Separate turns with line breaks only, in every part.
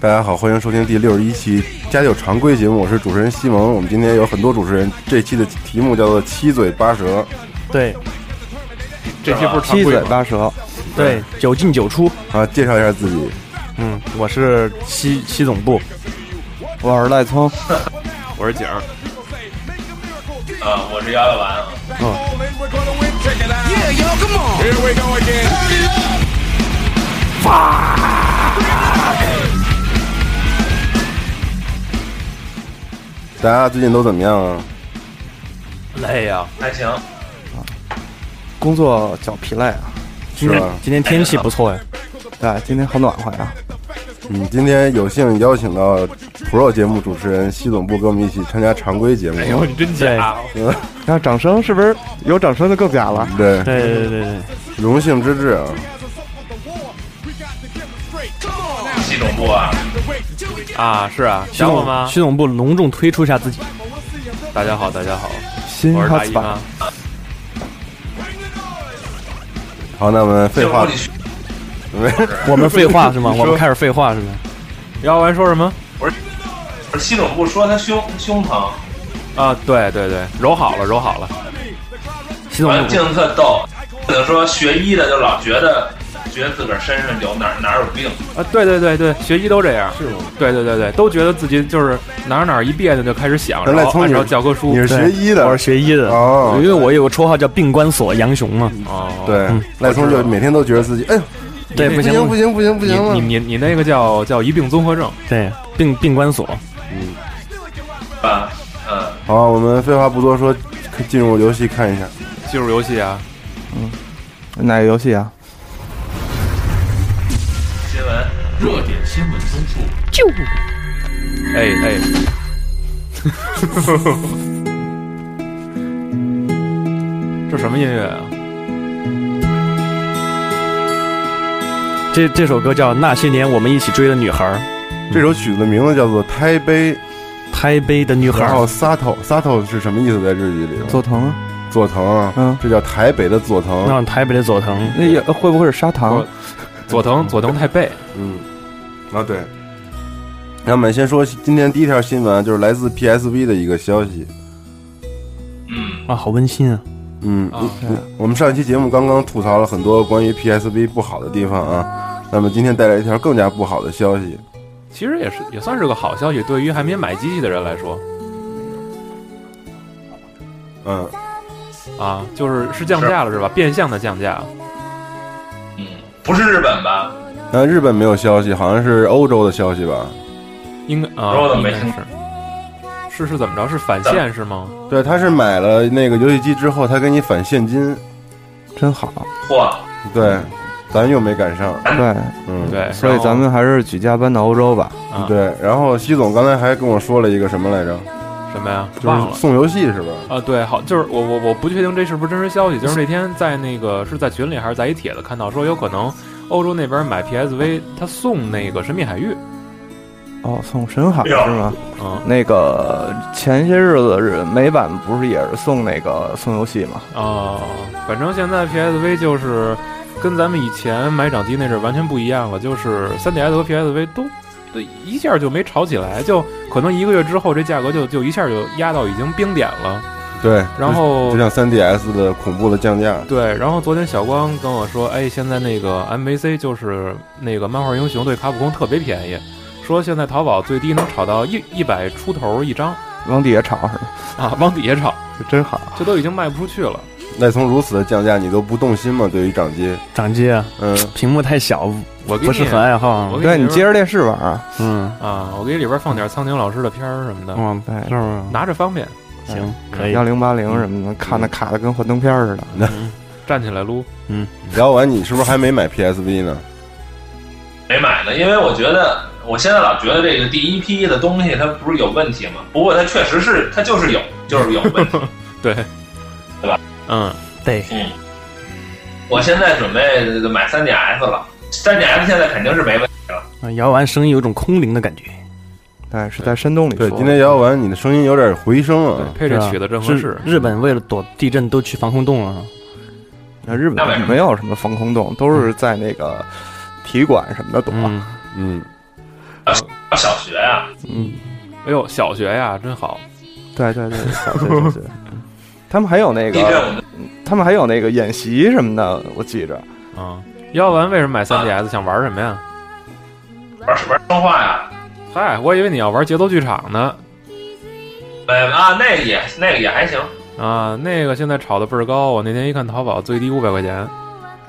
大家好，欢迎收听第六十一期家酒常规节目，我是主持人西蒙。我们今天有很多主持人，这期的题目叫做“七嘴八舌
对，
这期不是常
七
规
嘴
吗？
八舌，对，九进九出。”
啊，介绍一下自己。
嗯，我是西西总部，我是赖聪。
我是景儿，
啊，我是幺幺丸啊，
大家最近都怎么样啊？
累呀、
还行，
工作较疲累啊，
今
是
天
吧
今天天气不错呀，
对，今天好暖和呀、
嗯，今天有幸邀请到 Pro 节目主持人西总部跟我们一起参加常规节目。
哎呦， 你真假！
然后掌声是不是有掌声就更假
嗯
了？
对，
对对对对
啊
对，
荣幸之至啊！
系总部啊，
啊，是啊，
西
想我
总
吗？
西总部隆重推出一下自己，
大家好，大家好，
新
我是大
hot
姨
spot，
妈。
好，那我们废话
系总部你去
我们废话是吗？我们开始废话是吗？
幺幺丸说什么？
不是系总部说他胸胸疼，
啊，对对对，揉好了，揉好了。
西
完
总
了
部
镜子特逗，可能说学医的就老觉得觉得自个儿身上有哪儿哪儿有病，
啊，对对对对，学医都这样。是吗？对对对对，都觉得自己就是哪儿哪儿一别扭就开始想，
那
然
赖
后
聪
按
你
照
是
教科书
你。是学医的
我是学医的，
哦
因为我有个绰号叫病关锁杨雄嘛。
哦，
对
嗯，
赖聪就每天都觉得自己，哎呦，
对，
不
不行
行不
行，
行不行不
你
行了。
你你你那个叫叫一病综合症，
对，病病关锁。
是吧？嗯，
好，我们废话不多说，进入游戏看一下。
技术游戏啊，
哪个游戏啊？
新闻热点新闻综述，
哎 哎，这什么音乐啊？
这这首歌叫《那些年我们一起追的女孩儿》，
这首曲子的名字叫做《胎杯》，
拍背的女孩
然后
啊
儿。
“sato”，“sato” 是什么意思？在日语里，
佐藤啊？
佐藤啊，
嗯
这叫台北的佐藤，
让台北的佐藤，
那也会不会是砂糖
我？佐藤佐藤太背，
嗯，啊对。那我们先说今天第一条新闻，啊就是来自 PSV 的一个消息。
嗯，
哇，好温馨啊！
嗯，
啊
你你我们上一期节目刚刚吐槽了很多关于 PSV 不好的地方啊，那么今天带来一条更加不好的消息。
其实也是也算是个好消息，对于还没买机器的人来说
嗯，
啊，就是是降价了是吧？变相的降价，
不是日本吧？
那日本没有消息，好像是欧洲的消息吧？
应该啊
说，的
应
没
该是是是怎么着？是返现是吗？
对，他是买了那个游戏机之后，他给你返现金。
真好，
嚯，
对，咱又没赶上。
对，
嗯，
对，
所以咱们还是举家搬到欧洲吧。
然后啊
对。然后西总刚才还跟我说了一个什么来着？
什么呀？
就
忘
是
了。
送游戏是吧？
啊，对，好，就是我我我不确定这是不是真实消息，就是那天在那个是在群里还是在一帖子看到说有可能欧洲那边买 PSV，他送那个《神秘海域》，
哦，送神海
哎呀
是吗？
嗯
那个前些日子日美版不是也是送那个送游戏吗？
啊、反正现在 PSV 就是跟咱们以前买掌机那阵儿完全不一样了，就是 3DS 和 PSV 都都一下就没炒起来，就可能一个月之后这价格就就一下就压到已经冰点了，
对，
然后
就像 3DS 的恐怖的降价，
对，然后昨天小光跟我说，哎，现在那个 MVC 就是那个漫画英雄对卡普空特别便宜，说现在淘宝最低能炒到一一百出头一张
往底下炒是吗？
啊， 往底下炒，
真好，
这都已经卖不出去了。
赖聪如此的降价，你都不动心吗？对于掌机，
掌机啊，
嗯，
屏幕太小，
我给
不是
你
很爱好啊
我。给
对
你
你接着这试玩啊，
嗯，
啊，我给里边放点苍井老师的片儿什么的，
哇，
对
是不是？
拿着方便，
行，可以
幺。零八零什
嗯
么的，看的卡的跟幻灯片似的。
站起来撸。
聊完你是不是还没买 PSV 呢？
没买呢，因为我觉得我现在老觉得这个第一批的东西它不是有问题吗？不过它确实是，它就是有，就是有问题。
对，
对吧？
嗯，
对，
嗯，我现在准备买 3DS 了，3DS 现在肯定是没问题了。
呃摇完声音有一种空灵的感觉。
对，是在山洞里说
对，
的。
今天聊完你的声音有点回声
对
啊，，
配这曲子正合适
是。日本为了躲地震都去防空洞了。
那日
那为什
本
么
没有什么防空洞，都是在那个体育馆什么的躲。
嗯，
嗯，
上小学啊，
哎呦，小学呀，真好。
对对对，小学小学。他们还有那
地震我
个，
们
他们还有那个演习什么的，我记着。
啊，要不然为什么买 3DS？想玩什么呀？
玩玩生化呀、
嗨，我以为你要玩节奏剧场呢。
呃啊，那个也那个也还行，
啊，那个现在炒的倍儿高，我那天一看淘宝最低五百块钱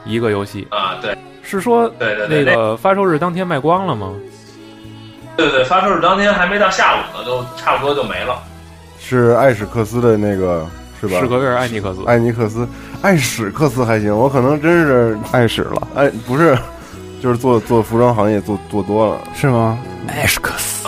一个游戏，
啊，对
是说
对对
那
对，
个发售日当天卖光了吗？
那对对，发售日当天还没到下午呢，都差不多就没了。
是艾史克斯的那个是吧？
史格威尔艾尼克斯，
艾尼克斯，艾史克斯还行，我可能真是
碍事了，
艾不是，就是做做服装行业做做多了，
是吗？艾什克斯，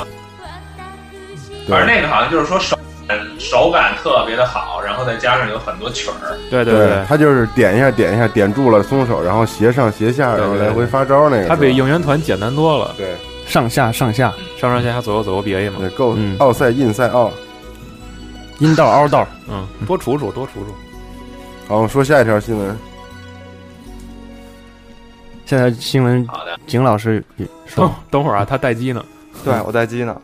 反正
对，
那个好像就是说手感手感特别的好，然后再加上有很多曲儿，
对对
对，他就是点一下点一下点住了松手，然后斜上斜下，
对
然后
对
来回发招那个是吧，
它比应援团简单多了，
对
上下上下，
上上下下左右左右 BA 嘛，
对够
嗯
奥赛印赛奥。
阴道凹道，
嗯，多处处多处处，
好，我们说下一条新闻。
现在新闻
好的，
景老师也
等
说，
等会儿啊，他待机呢，
对我待机呢。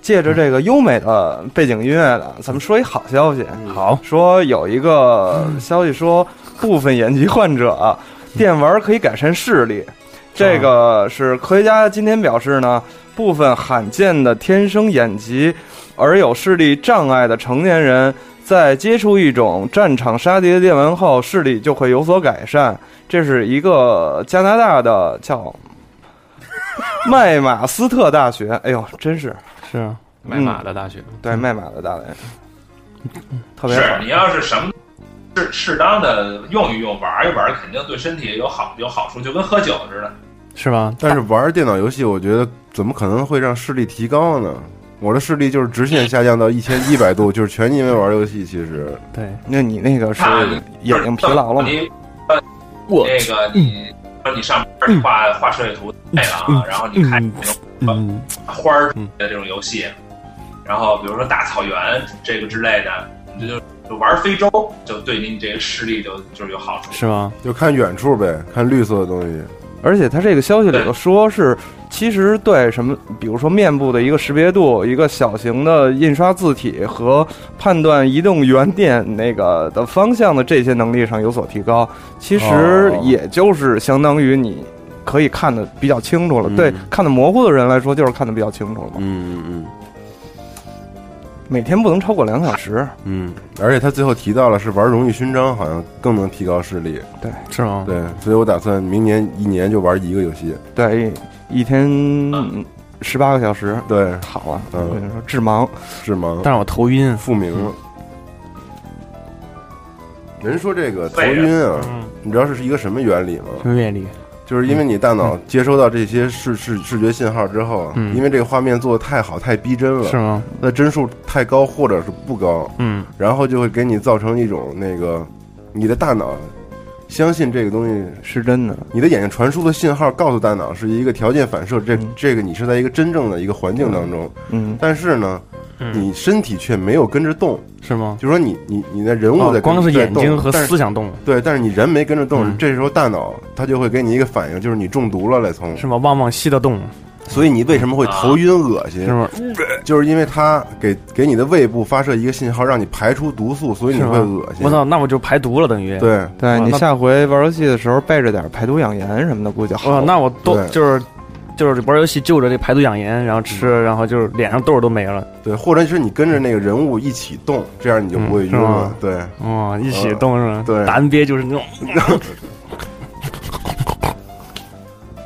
借着这个优美的背景音乐呢，咱们说一好消息。
好，
说有一个消息说，部分眼疾患者啊电玩可以改善视力。这个是科学家今天表示呢，部分罕见的天生眼疾而有视力障碍的成年人，在接触一种战场杀敌的电玩后，视力就会有所改善。这是一个加拿大的叫麦马斯特大学，哎呦，真是
是啊，
买马的大学，
嗯
对麦马的大学，特别
是
好。
你要是什么适适当的用一用玩一玩，肯定对身体有好有好处，就跟喝酒似的。
是吧？
但是玩电脑游戏，我觉得怎么可能会让视力提高呢？我的视力就是直线下降到一千一百度，就是全因为玩游戏。其实，
对，
那你那个是
看
眼睛疲劳了吗？
你呃
我嗯
那个你说你上班画画设计图累了啊，然后你开那种
嗯，
花儿的这种游戏，然后比如说大草原这个之类的，你就就玩非洲，就对你这个视力就就是有好处。
是吗？
就看远处呗，看绿色的东西。
而且它这个消息里头说是，其实对什么，比如说面部的一个识别度、一个小型的印刷字体和判断移动原点那个的方向的这些能力上有所提高，其实
哦
也就是相当于你可以看得比较清楚了。
嗯
对，看得模糊的人来说，就是看得比较清楚了嘛。
嗯嗯
每天不能超过两个小时，
嗯。而且他最后提到了是玩荣誉勋章，好像更能提高视力。
是吗？
对，所以我打算明年一年就玩一个游戏。
对，一天十八个小时，
对，
好啊！
嗯
我跟你说，致盲。
致盲、
但是我头晕，
复明。人说这个头晕
嗯
啊，你知道是一个什么原理吗？
有点厉
就是因为你大脑接收到这些视视视觉信号之后，啊
嗯
因为这个画面做的太好、太逼真
是
了，
吗？
那帧数太高或者是不高，
嗯，
然后就会给你造成一种那个，你的大脑相信这个东西，
是真的，
你的眼睛传输的信号告诉大脑是一个条件反射，这
嗯
这个你是在一个真正的一个环境当中，
嗯，
但是呢，
嗯，
你身体却没有跟着动，
是吗？
就说你你你的人物在
哦
跟
光是
在
眼
动
睛和
但是
思想动了，
对，但是你人没跟着动，
嗯
这时候大脑它就会给你一个反应，就是你中毒了，来从。
是吗？旺旺西的动了，
所以你为什么会头晕恶心？
是吗？
就是因为它给给你的胃部发射一个信号，让你排出毒素，所以你
是吗
会恶心。
我操，那我就排毒了，等于。
对，
对你
那
下回玩游戏的时候备着点排毒养颜什么的，估计好。
哇，那我都
对
就是就是玩游戏就着这排毒养颜，然后
嗯
吃，然后就是脸上痘儿都没了。
对，或者是你跟着那个人物一起动，这样你就不会晕了
嗯。
对，
哦，一起
呃
动是吧？
对
打 NBA 就是那种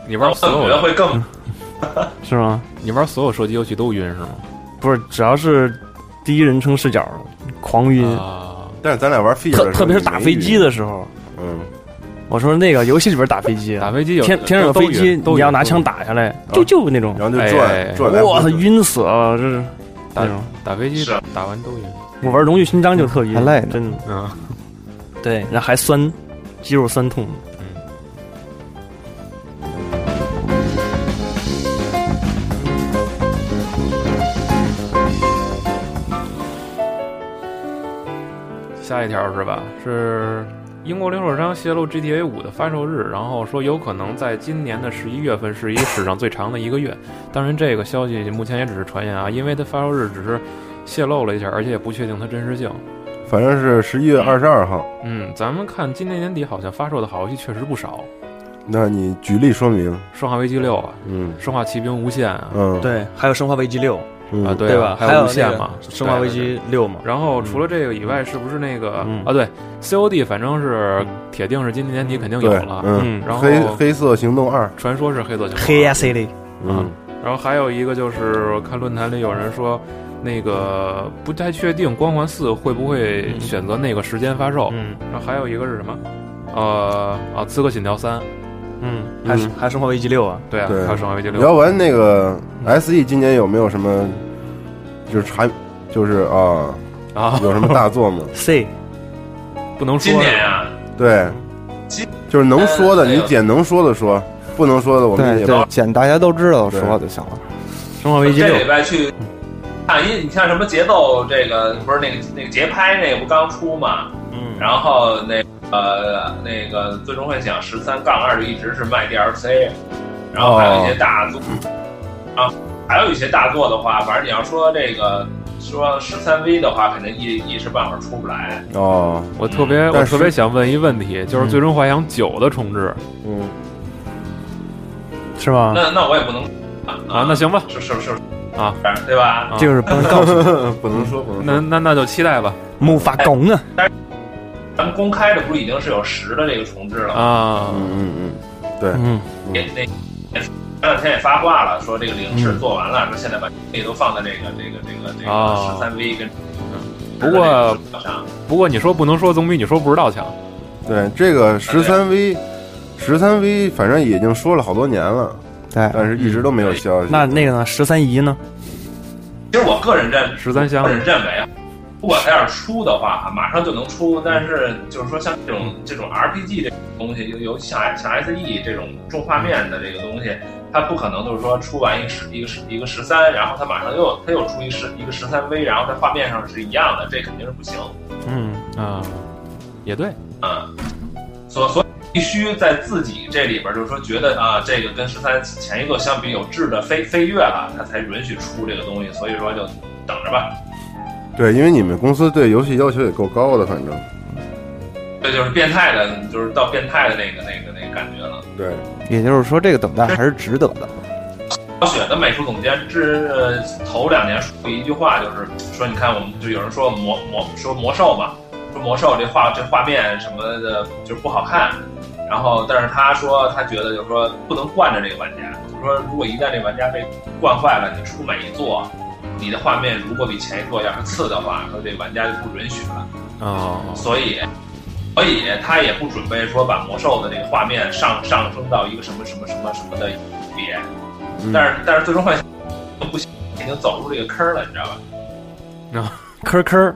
你玩所有
我感觉
的，
会更
是吗？
你玩所有射击游戏都晕是吗？
不是，只要是第一人称视角，狂晕，
啊，
但是咱俩玩 f i
特特别是打飞机的，时候。
嗯，
我说那个游戏里边打飞机，啊
打飞机有
天天上有
都
飞机，
都晕都
你要拿
晕
枪打下来，
啊
就就那种，
然后就
哎哎哎
转转来
我操，
回
晕死了！这是
打
那种，
打飞机
是
打完都晕。
我玩《荣誉勋章》就特晕，
还累呢
真的。
嗯，
对，然后还酸，肌肉酸痛。
下一条是吧？是英国零售商泄露 GTA 五的发售日，然后说有可能在今年的十一月份是一史上最长的一个月。当然，这个消息目前也只是传言啊，因为它发售日只是泄露了一下，而且也不确定它真实性。
反正是十一月二十二号。
嗯，咱们看今年年底好像发售的好游戏确实不少，
那你举例说明，
《生化危机六》啊，
嗯
《生化奇兵无限》啊，
嗯，
对，还有《生化危机六》
嗯
啊对
对
啊
吧？
还
有
无
那
限
个
嘛，
《生化危
对对对
机六》嘛。
然后除
嗯
了这个以外，是不是那个、
嗯
啊？对，COD 反正是铁定是今年年底肯定有
对
了。
嗯，
嗯，
然后
黑黑色行动二，
传说是黑色情况
黑呀 C 类，
嗯，
然后还有一个就是，我看论坛里有人说，那个不太确定《光环四》会不
嗯
会选择那个时间发售。
嗯
然后还有一个是什么？呃啊，《刺客信条三》
嗯，
还是还有《生化危机六》啊。
对啊，
对
还有《生化危机六》。
聊完那个 S E 今年有没有什么就是产就是啊
啊，
有什么大作吗？
C
不能说
今年啊，
对
今，
就是能说的
呃
你捡能说的说，不能说的我们
对
也
对，简大家都知道说就行了。
《生化危机
这
六
礼》拜去看一，你像什么节奏这个不是那个那个节拍那个不刚出嘛，
嗯，
然后那呃那个最终幻想十三杠二就一直是卖 DLC，然后还有一些大作，
哦
啊，还有一些大作的话，反正你要说这个说十三 V 的话，肯定一一时半会儿出不来。
哦，
我特别我
但是
特别想问一问题，就是《最终幻想九》的重置
嗯，
是吗？
那那我也不能啊
啊？那行吧，
是是是
啊，
对吧？
啊
就是不能告诉
不能说，不能说。
那那那就期待吧
木法拱啊，
咱们公开的不是已经是有十的这个重置了吗？
啊。
嗯嗯
嗯，
也那也前两天也发话了，说这个零
嗯
是做完了，说现在把这都放在这个这个这个这个
哦
十三 V 跟嗯
不过
上，
不过你说不能说，总比你说不知道强。
嗯，对，这个十三 V，十三 V 反正已经说了好多年了，
对，
但是一直都没有消息。
那那个呢？十三姨呢？
其实我个人认
十三香
个人认为啊，如果它要是出的话，啊马上就能出。但是就是说，像这
嗯
种这种 RPG 这种东西，尤尤其像像 SE 这种重画面的这个东西，它不可能就是说出完一个十一个十一个十三，然后它马上又它又出一十一个十三 V，然后它画面上是一样的，这肯定是不行。
嗯，
啊，也对，
啊，所所以必须在自己这里边，就是说觉得啊，这个跟十三前一个相比有质的飞飞跃了，它才允许出这个东西。所以说就等着吧，
对，因为你们公司对游戏要求也够高的，反正
这就是变态的，就是到变态的那个那个那个感觉了。
对，
也就是说，这个等待还是值得的。
老雪的美术总监之呃头两年说一句话，就是说你看我们就有人说魔魔说魔兽嘛，说魔兽这画这画面什么的就是不好看，然后但是他说他觉得就是说不能惯着这个玩家，就是说如果一旦这玩家被惯坏了，你出每一座，你的画面如果比前一座要是次的话，说这玩家就不允许了，
哦，
所以。所以他也不准备说把魔兽的这个画面上上升到一个什么什么什么什么的级别，
嗯
但是但是最终幻想不行，已经走入这个坑了，你知道吧？
科科，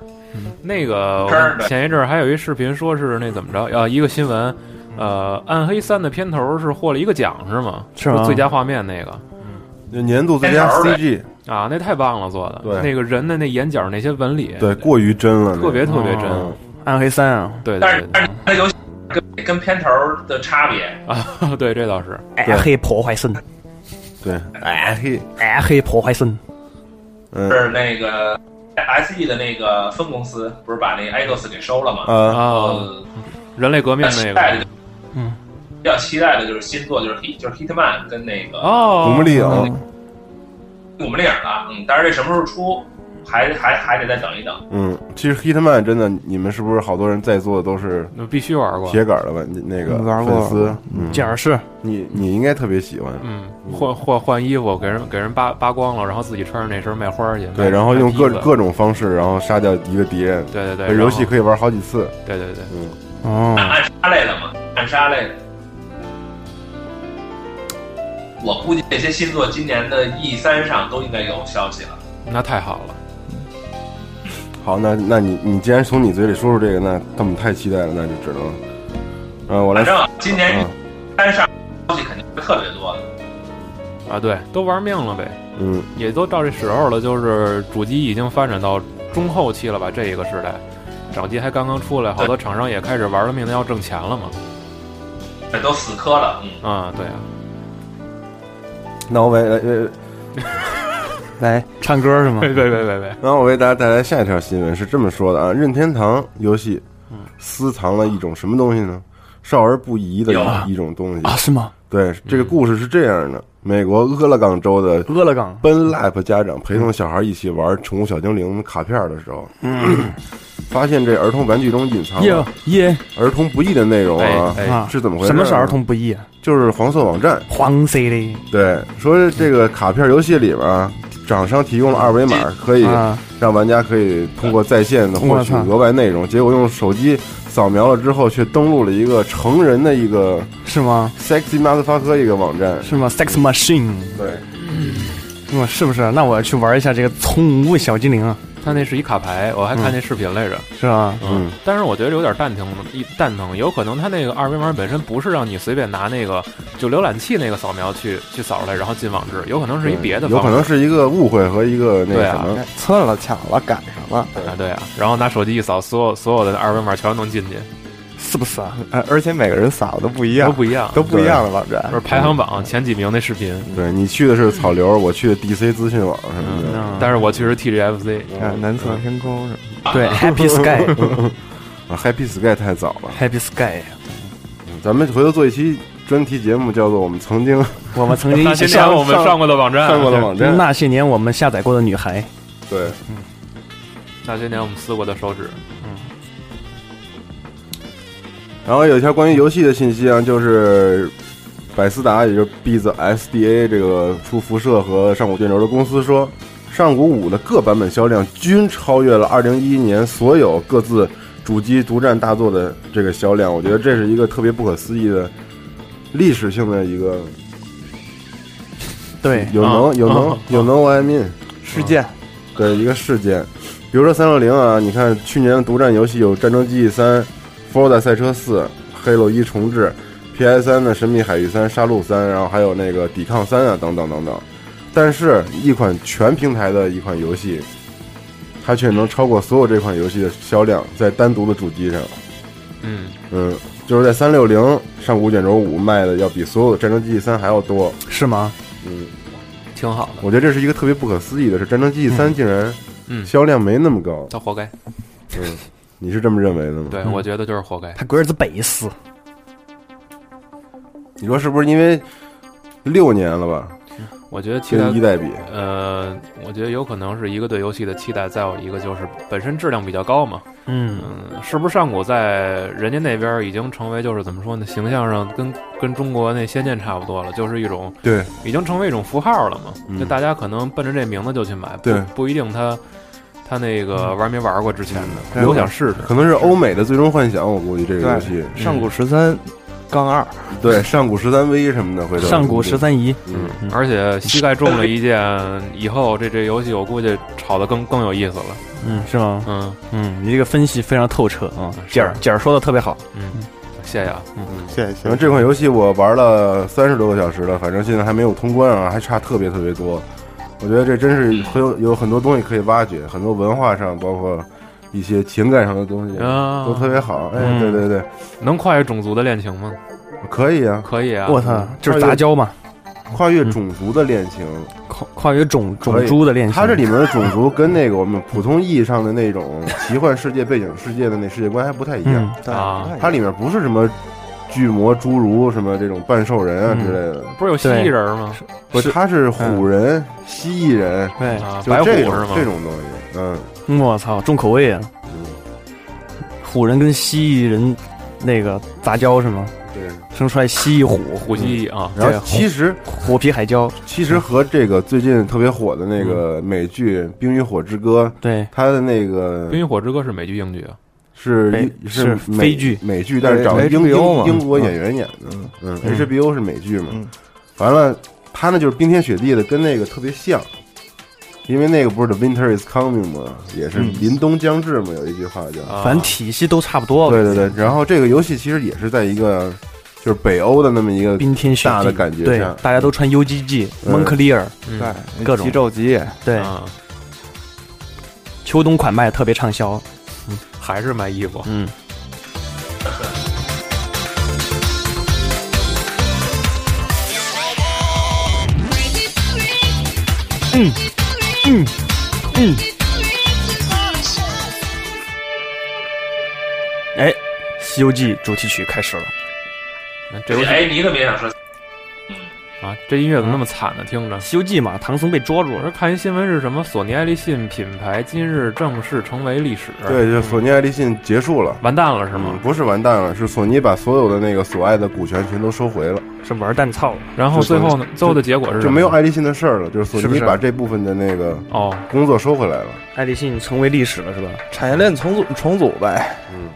那个
坑儿对
前一阵儿还有一视频，说是那怎么着？呃，一个新闻，
嗯
呃，《暗黑三》的片头是获了一个奖是吗？
是吗
啊
就最佳画面那个
就年度最佳
片头儿
CG，
啊，那太棒了，做的。
对
那个人的那眼角那些纹理，
对，过于真了，那个
特别特别真。
嗯
暗黑三啊，
对
但是
对
但是它游戏跟跟片头的差别，
对，啊 对这倒是。
哎
暗黑破坏神，
对，哎嘿，
暗黑破坏神，
嗯
是那个 SE 的那个分公司不是把那 Eidos 给收了吗？
啊，
啊，
呃，
人类革命
比较期
那
待
个
的，嗯，比较期待的就是新作，就是 Hit 就是 Hitman 跟那个
哦，
嗯
古墓丽影，
我们电影了，嗯，但是这什么时候出？还还还得再等一等。
嗯，其实 Hitman 真的，你们是不是好多人在座的都是
那必须玩过。
铁杆的问那个
玩过
粉丝？嗯，
进而是
你你应该特别喜欢。
嗯，换换换衣服，给人给人扒扒光了，然后自己穿上那身卖花去。
对，
卖
然后用各
卖衣服
各种方式，然后杀掉一个敌人。
对对对，
游戏
然后
可以玩好几次。
对对对，
嗯，
哦，
暗杀类的嘛，暗杀类的。我估计这些新作今年的 E 三上都应该有消息了。
那太好了。
好，那那你你既然从你嘴里说出这个，那他们太期待了，那就只能，嗯、我来
反，正今年
嗯
单上消息肯定会特别多的。
啊，对，都玩命了呗，
嗯，
也都到这时候了，就是主机已经发展到中后期了吧，这一个时代，掌机还刚刚出来，好多厂商也开始玩了命的要挣钱了嘛。
这都死磕了，嗯，
啊，对啊，
那我为呃，
来，
唱歌是吗？
喂喂喂喂喂，
然后我为大家带来下一条新闻，是这么说的啊，任天堂游戏私藏了一种什么东西呢？少儿不宜的
有啊
一一种东西。
啊，是吗？
对，这个故事是这样的：美国俄勒冈州的
饿了刚，
奔 lap 家长陪同小孩一起玩《宠物小精灵》卡片的时候， 发现这儿童玩具中隐藏
耶
了
耶，
儿童不宜的内容啊
哎，
啊
哦是怎么回事？
什么是儿？童不宜啊？
就是黄色网站。
黄色的
对，说这个卡片游戏里边啊，厂商提供了二维码，可以
啊，
让玩家可以通过在线的获取
我操
额外内容。结果用手机扫描了之后，却登录了一个成人的一个
是吗？
sexy motherfucker 一个网站。
是吗？Sex Machine，
对，
我是不是？那我要去玩一下这个宠物小精灵啊，
他那是一卡牌，我还看那视频来着。
是吧？
嗯，
但是我觉得有点蛋疼，一蛋疼，有可能他那个二维码本身不是让你随便拿那个就浏览器那个扫描去去扫出来，然后进网址，有可能是一别的
有
方式，
可能是一个误会和一个那
对
个
啊
什么。
蹭了抢了赶上了，
啊，对啊，然后拿手机一扫，所有所有的二维码全都能进去，
是不是啊？
呃而且每个人撒的都不一
都
样，
不一样，
都不一样的网站
不。是排行榜前几名那视频，
对你去的是草流，我去的 DC 资讯网什么的。
嗯
但是我去是 TGFC，
啊，南侧天空是吧
对，Happy Sky，Happy
啊，Happy Sky 太早了，
Sky，
咱们回头做一期专题节目，叫做《我们曾经
我们曾经
那
一
些
起
年
上
我们上过的网站，啊
看过的网站》。
那些年我们下载过的女孩，
对，
那些年我们撕过的手指，
然后有一条关于游戏的信息啊，就是百思达，也就是 b 子 SDA 这个出辐射和上古卷轴的公司说，上古五的各版本销量均超越了2011年所有各自主机独占大作的这个销量。我觉得这是一个特别不可思议的历史性的一个
对，
有能有能有能 I mean
事件，
的一个事件。比如说三六零啊，你看去年的独占游戏有《战争机器三》、《Forza 赛车四》、《黑喽一重置》、PS 三的《神秘海域三》、《杀戮三》，然后还有那个《抵抗三》啊，等等等等。但是，一款全平台的一款游戏，它却能超过所有这款游戏的销量，在单独的主机上。
嗯，
嗯，就是在三六零《上古卷轴五》卖的要比所有的《战争机器三》还要多。
是吗？
嗯，
挺好的，
我觉得这是一个特别不可思议的事，《战争机器三》竟然
嗯
销量没那么高。
他活该，
嗯，你是这么认为的吗？
对、
嗯
我觉得就是活该，
他龟儿子北死，
你说是不是因为六年了吧？
我觉得期待
跟一代比，
呃，我觉得有可能是一个对游戏的期待，再有一个就是本身质量比较高嘛。
嗯，
嗯，是不是上古在人家那边已经成为就是怎么说呢，形象上跟跟中国那《仙剑》差不多了，就是一种
对
已经成为一种符号了嘛。
嗯
就大家可能奔着这名字就去买，
对
不不一定他他那个玩没玩过之前的，
嗯
我想试试。
可能是欧美的最终幻想，我估计这个游戏，
上古十三杠二，
对上古十三 V 什么的，回头
上古十，三姨，
嗯，
而且膝盖中了一箭以后，这这游戏我估计炒的更更有意思了。
嗯，是吗？
嗯
嗯，你这个分析非常透彻
嗯
啊，姐儿姐儿说的特别好，
嗯，谢谢啊。嗯，
谢谢谢
然后这款游戏我玩了三十多个小时了，反正现在还没有通关啊，还差特别特别多。我觉得这真是很有有很多东西可以挖掘，很多文化上，包括一些情感上的东西，
啊
都特别好。哎，
嗯
对对对，
能跨越种族的恋情吗？
可以啊，
可以啊。
我操，就是杂交嘛，
跨越种族的恋情，
跨跨越种
可
种
以
猪的恋情，
它这里面的种族跟那个我们普通意义上的那种奇幻世界背景世界的那世界观还不太一样
嗯。，
啊
它里面不是什么巨魔、侏儒什么这种半兽人啊
嗯
之类的，
不是有蜥蜴人吗？
不，它是虎人、蜥蜴人，
嗯对，
啊，
就
嗯白虎
这
是
种
吗
这？种东西。嗯，
我操，重口味啊！
嗯
虎人跟蜥蜴人那个杂交是吗？
对。
生出来蜥蜴虎，
虎蜥蜴啊，
然后
对
其实
虎皮海椒，
其实和这个最近特别火的那个美剧《冰与火之歌》，
对，
它的那
《
个
冰与火之歌》是美剧英剧啊，
是
非
一
是
美
非剧
美剧，但是找
H-
英
HBO 嘛
英英国演员演的，嗯
嗯
，HBO 是美剧嘛
嗯，
完了，它呢就是冰天雪地的，跟那个特别像，因为那个不是 The Winter is Coming 嘛，也是
嗯
凛冬将至嘛，有一句话叫，
啊
反正体系都差不多。
对对对，然后这个游戏其实也是在一个就是北欧的那么一个
冰天雪地
大的感觉
对
上，
大家都穿 UGG、
嗯
蒙克利尔，
嗯
对，
各种
极昼极夜，
对，
啊，
秋冬款卖特别畅销。
还是卖衣服。
嗯，嗯哎，《西游记》主题曲开始了，
这游戏
哎，你怎么也想说？嗯，
啊，这音乐怎么那么惨呢？听着。
《西游记》嘛，唐僧被捉住
我
了
是，看一新闻是什么？索尼爱立信品牌今日正式成为历史，
对，就是索尼爱立信结束了。
完蛋了是
嗯
吗？
不是完蛋了，是索尼把所有的那个所爱的股权全都收回了，
是玩蛋操了。
然后最后呢？最后的结果是什
就
么
没有爱立信的事儿了，就是索
是不
尼
是
把这部分的那个
哦，
工作收回来了。
爱立信成为历史了，是吧？
产业链重组重组呗，
嗯，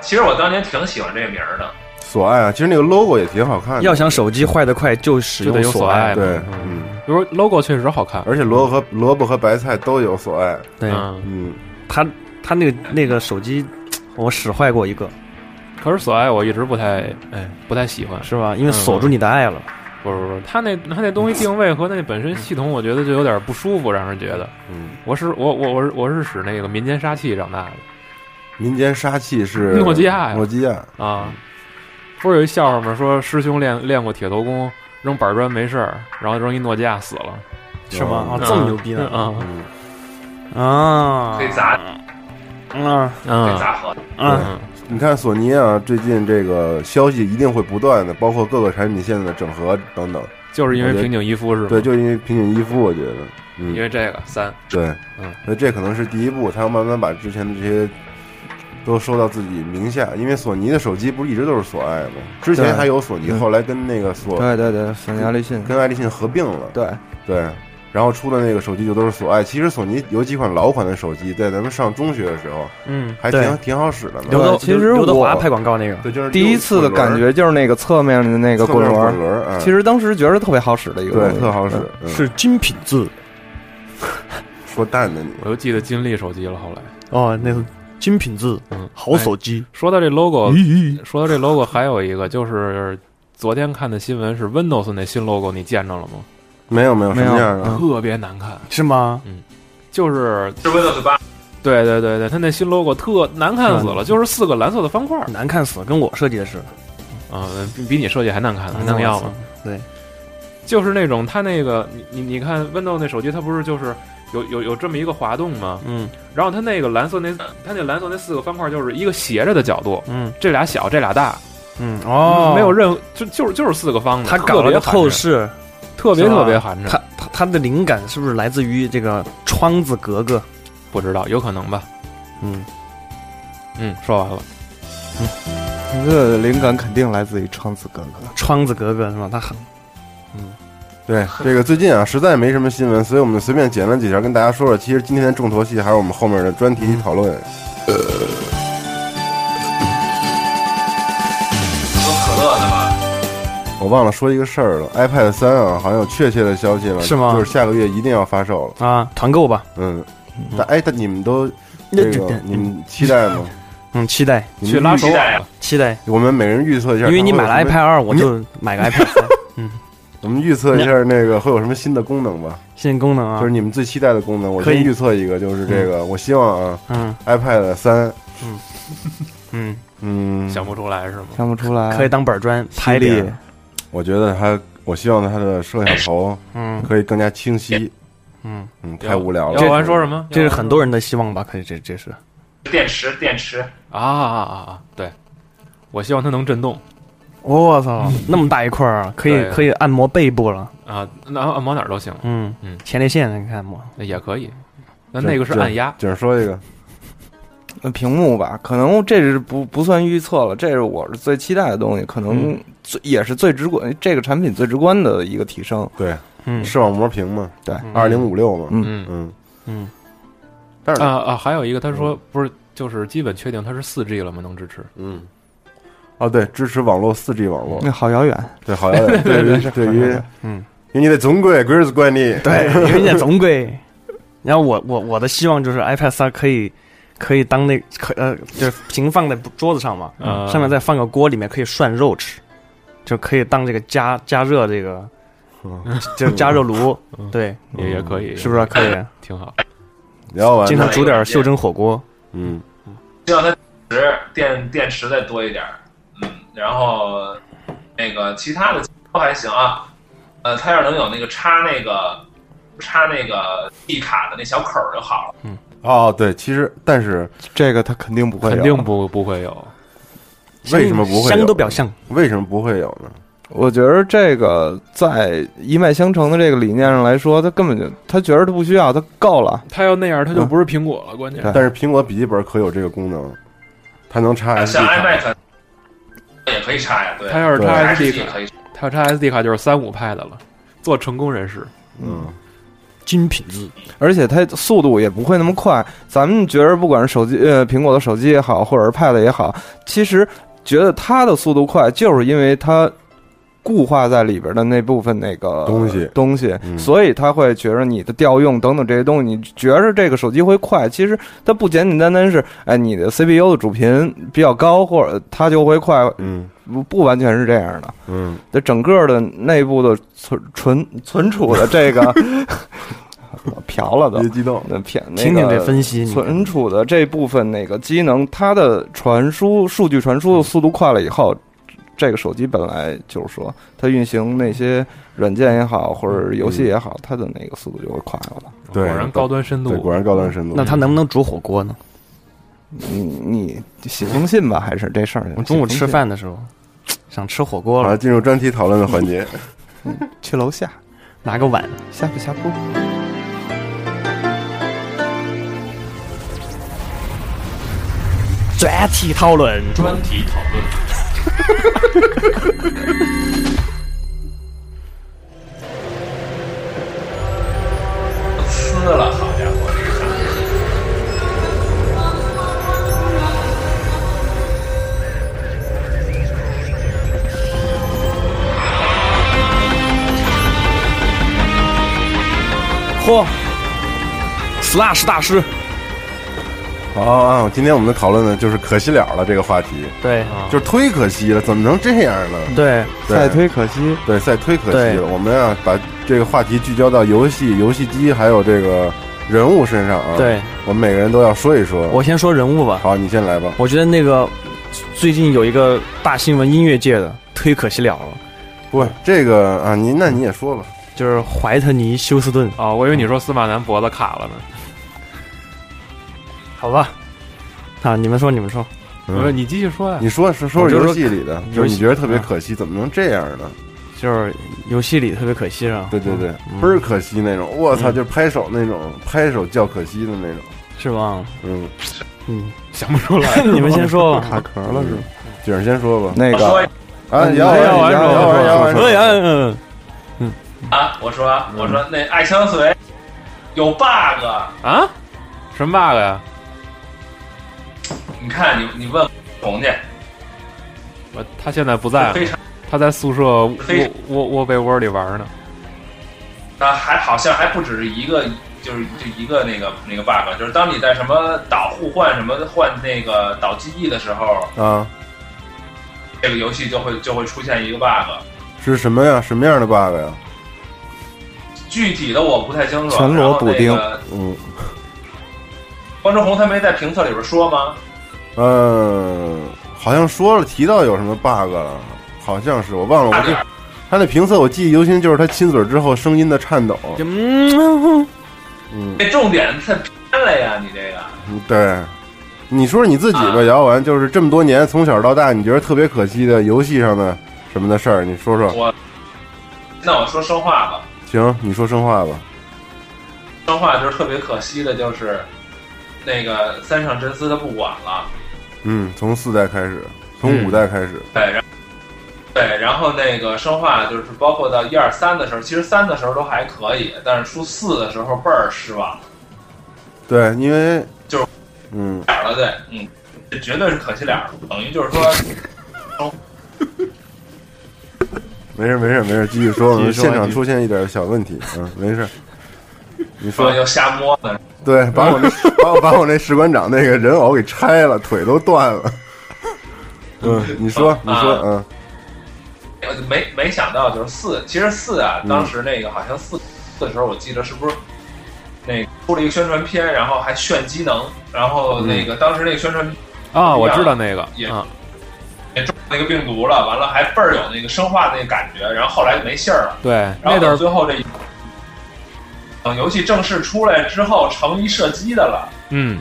其实我当年挺喜欢这个名儿的，
索爱啊，其实那个 logo 也挺好看的。
要想手机坏得快，嗯就使
就得
用
有
索
索爱嘛。
对，
嗯，
嗯，
比如说 logo 确实好看。
而且萝卜和萝卜和白菜都有索爱。
对，
嗯，
嗯，
他他那个那个手机，我使坏过一个，
可是索爱我一直不太哎不太喜欢。
是吧？因为
嗯
锁住你的爱了。
不是不是，他那他那东西定位和那本身系统，我觉得就有点不舒服，让人觉得。
嗯，
我是我我我是我是使那个民间杀气长大的
民间杀气是
诺基亚呀
诺基亚。
啊。不是有一笑话吗？说师兄练练过铁头功，扔板砖没事儿，然后扔一诺基亚死了。
是吗？啊
嗯，
这么牛逼呢？
啊
嗯，
啊，
可以砸，
嗯
可以
嗯
砸盒子。
嗯，
嗯
你看索尼啊，最近这个消息一定会不断的，包括各个产品线的整合等等。
就是因为平井一夫是吗？
对，就因为平井一夫，我觉得，嗯，
因为这个三
对，
嗯，
那这可能是第一步，他要慢慢把之前的这些都收到自己名下，因为索尼的手机不是一直都是索爱吗？之前
对
还有索尼，
嗯
后来跟那个索
对对对，索尼爱立信，
跟爱立信合并了，
对，
对，然后出的那个手机就都是索爱。其实索尼有几款老款的手机，在咱们上中学的时候
嗯，
还
对
挺。挺好使的呢。
刘德
对其实
刘德华
我
拍广告那个，
对，就是
第一次的感觉就是那个侧面的那
那
个滚轮
滚
儿，
轮儿，嗯
其实当时觉得特别好使的一个东
对
西，
特好使，嗯
是精品字
说蛋的你。
我又记得金立手机了。后来
哦，那个精品字，
嗯
好手机。
说到这
哎
logo，
咦，
说到这 logo 还有一个就是昨天看的新闻是 Windows 那新 logo，你见着了吗？
没有没有
没
什
有
么样的，
嗯
特别难看，
是吗？
就是
是 Windows 八，
对对对对，它那新 logo 特难看死了，
嗯
就是四个蓝色的方块儿，
难看死了，跟我设计的似的，
嗯，比比你设计还难看呢，还能要
啊
吗？啊
对，
就是那种它那个你你你看 Windows 那手机，它不是就是有有有这么一个滑动吗？
嗯
然后它那个蓝色那它那蓝色那四个方块就是一个斜着的角度，
嗯
这俩小这俩大，
嗯，哦，
没有任何就就是就是四个方的，
他搞了
特别
个
寒
透
碜
视，
特别
是吧
特别寒碜。
他他他的灵感是不是来自于这个窗子格格？
不知道，有可能吧。
嗯，
嗯，说完了。
你这灵感肯定来自于窗子哥哥。
窗子格格是吗？他很
对，这个最近啊，实在没什么新闻，所以我们随便捡了几条跟大家说说。其实今天的重头戏还是我们后面的专题讨论。
呃
喝可乐的嘛，
我忘了说一个事儿了，iPad 三啊，好像有确切的消息了，
是吗
就是下个月一定要发售了。
啊，团购吧，
嗯，但哎，但你们都这个你们期待吗？
嗯，期待
你
去
们
拉
预
手
期待
腕
啊，
期待，
我们每人预测一下，
因为你
它会
买
有
了
什么
iPad 二，我就买个 iPad 三。
我们预测一下那个会有什么新的功能吧，
新功能啊，
就是你们最期待的功能。我
可以
先预测一个，就是这个，我希望啊
嗯
，iPad 三，
嗯，
嗯，
想不出来是吗？
看不出来，
可以当板砖拍
犀利
脸，
我觉得它，我希望它的摄像头
嗯
可以更加清晰。
嗯，
嗯，太无聊了。
要完说什么？
这是
要完
很多人的希望吧？可以，这这是
电池电池，
啊啊啊啊！对，我希望它能震动。
我操，嗯那么大一块儿，啊可以
对
可以按摩背部了。
啊，那按摩哪儿都行，
嗯
嗯
前列腺你看吗？
那也可以。那那个是按压，
景儿说一个，
呃屏幕吧，可能这是不不算预测了，这是我是最期待的东西，可能最、也是最直观，这个产品最直观的一个提升。
对，
嗯
视网膜屏嘛，
对
二零五六嘛，
嗯
嗯，
嗯，
但是
啊啊，还有一个他说不是，就是基本确定它是四 G 了吗？能支持？
嗯，哦对，支持网络四 G 网络，
那好遥远，
对，好像也对于对于，
嗯，
因为你得总归归是怪你，
对，因为 你总归。然后我我我的希望就是 iPad 三可以可以当那可呃就是平放在桌子上嘛，
啊
上面再放个锅，里面可以涮肉吃，就可以当这个加加热这个
嗯
就加热炉
嗯，
对，
也也可以，
是不是可
嗯
以？
挺好？
聊完
经常
了，
煮点袖珍火锅，
嗯，
希望它电池电电池再多一点，儿，嗯，然后那个其他的都还行啊，呃，它要是能有那个插那个插那个 D 卡的那小口儿就好了。
哦对，其实但是
这个它肯定不会有，
肯定不不会有，
为什么不会有
香都表象，
为什么不会有呢？
我觉得这个在一脉相承的这个理念上来说，他根本就他觉得他不需要，他够了。
他要那样，他就不是苹果了。关键
对
但是苹果笔记本可有这个功能，它能插 SD
啊像
卡，
iMac 也可以插呀，对，
他要是
对
插
还
SD 卡，
可以插。
他要插 SD 卡就是三五派的了，做成功人士。
嗯，
精品字，
而且它速度也不会那么快。咱们觉得不管是手机呃苹果的手机也好，或者是 Pad 也好，其实觉得它的速度快，就是因为它固化在里边的那部分那个
东西
东西，
嗯
所以它会觉着你的调用等等这些东西，你觉着这个手机会快，其实它不简简单单是哎你的 CPU 的主频比较高，或者它就会快，
嗯
不不完全是这样的。
嗯，
这整个的内部的存存存储的 这个我嫖了都
别。激动，
那骗那个
听听这分析，你
存储的这部分那个机能，它的传输数据传输的速度快了以后，这个手机本来就是说它运行那些软件也好，或者游戏也好，它的那个速度就会快了。
对
果然高端深
对，
度
果。然高端深度。嗯
那它能不能煮火锅呢？
你你写封信吧，还是这事儿？
我中午吃饭的时候想吃火锅
好，
了，
进入专题讨论的环 节，
去楼下
拿个碗。
下不下铺？
专题讨论，
专题讨论。撕了，好家伙！
嚯，Slash 大师，
好啊！今天我们的讨论呢，就是可惜了了这个话题，
对
就是忒可惜了，怎么能这样呢？
对，
对
再推可惜，
对，赛推可惜
对
了。我们啊，把这个话题聚焦到游戏、游戏机还有这个人物身上啊。
对，
我们每个人都要说一说。
我先说人物吧。
好，你先来吧。
我觉得那个最近有一个大新闻，音乐界的忒可惜了了，
不是这个啊，您那你也说吧。
就是怀特尼·休斯顿，
哦，我以为你说司马南脖子卡了呢。
好吧？啊，你们说，你们说，
嗯
不是，你继续说呀。
你说说说
我就说
说
啊
游戏里的，就是你觉得特别可惜，怎么能这样呢？
就是游戏里特别可惜啊，
对对对，
嗯
倍儿可惜那种。我操，就是拍手那种，拍手叫可惜的那种。
是吧？
嗯，
嗯，
想不出来，
你们先说吧。
卡壳了是吗？
哦
嗯
哦
景儿先说吧。
那
我说
个
啊，
你
姚
先
文，姚
说
文，
说
姚文，
说
姚文
说
哎呀，
说，
嗯
啊，我说
嗯
我说那爱相随有 bug，
啊？什么 bug 呀？
你看你你问红去，
我他现在不在
非
了，
常
他在宿舍窝
非
窝窝被窝里玩呢。
啊，还好像还不只是一个，就是就一个那个那个 bug，就是当你在什么岛互换什么换那个岛记忆的时候，
啊，
这个游戏就会就会出现一个 bug。
是什么呀？什么样的 bug 呀？
具体的我不太清楚。啊
全裸补丁
然后那个
嗯
关之红他没在评测里边说吗？
嗯，好像说了提到有什么 bug 了，好像是我忘了。我
差
这
点儿
他那评测我记忆犹新，就是他亲嘴之后声音的颤抖。
嗯，
嗯，
这重点太偏了呀！你这个
对。你说说你自己吧，
啊
姚文，就是这么多年从小到大，你觉得特别可惜的游戏上的什么的事儿，你说说。
那我说生化吧，
行，你说生化吧。
生化就是特别可惜的，就是那个三上真司他不管了，
嗯，从四代开始，从五代开始，
对，然对，然后那个生化就是包括到一二三的时候，其实三的时候都还可以，但是出四的时候倍儿失望，
对，因为
就是
嗯，
点儿了，对，嗯，这绝对是可惜点儿了，等于就是说，
没事没事没事，继续说。我
继
们
续说
现场
继续
出现一点小问 题，嗯，没事。你
说
说
又瞎摸呢，
对，把 我那把我把我那士官长那个人偶给拆了，腿都断了。嗯，你说你说，嗯，
我就呃没没想到就是四，其实四啊，
嗯
当时那个好像四的时候，我记得是不是那个出了一个宣传片，然后还炫机能，然后那个当时那个宣传片
啊，我知道那个
也
啊，
也中那个病毒了，完了还倍儿有那个生化那个感觉，然后后来就没信儿了。
对，
然
那
后
段
到
儿
最后这等游戏正式出来之后，成一射击的了。
嗯，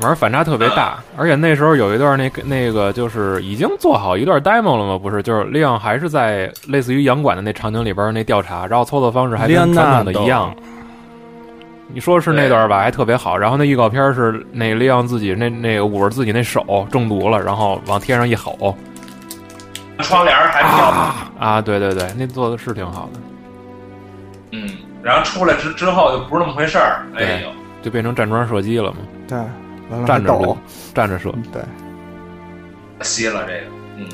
玩反差特别大，而且那时候有一段那个那个就是已经做好一段 demo 了嘛，不是？就是利昂还是在类似于洋馆的那场景里边儿那调查，然后操作方式还跟传统的一样。你说是那段吧，还特别好。然后那预告片是那利昂自己那那个捂着自己那手中毒了，然后往天上一吼
窗帘儿还飘，
啊！对对对，那做的是挺好的，
嗯，然后出来之之后就不是那么回事儿。哎呦，
就变成站桩射击了嘛，
对，完了还
站着
抖
撸，站着射。
对，
可惜了这个，嗯，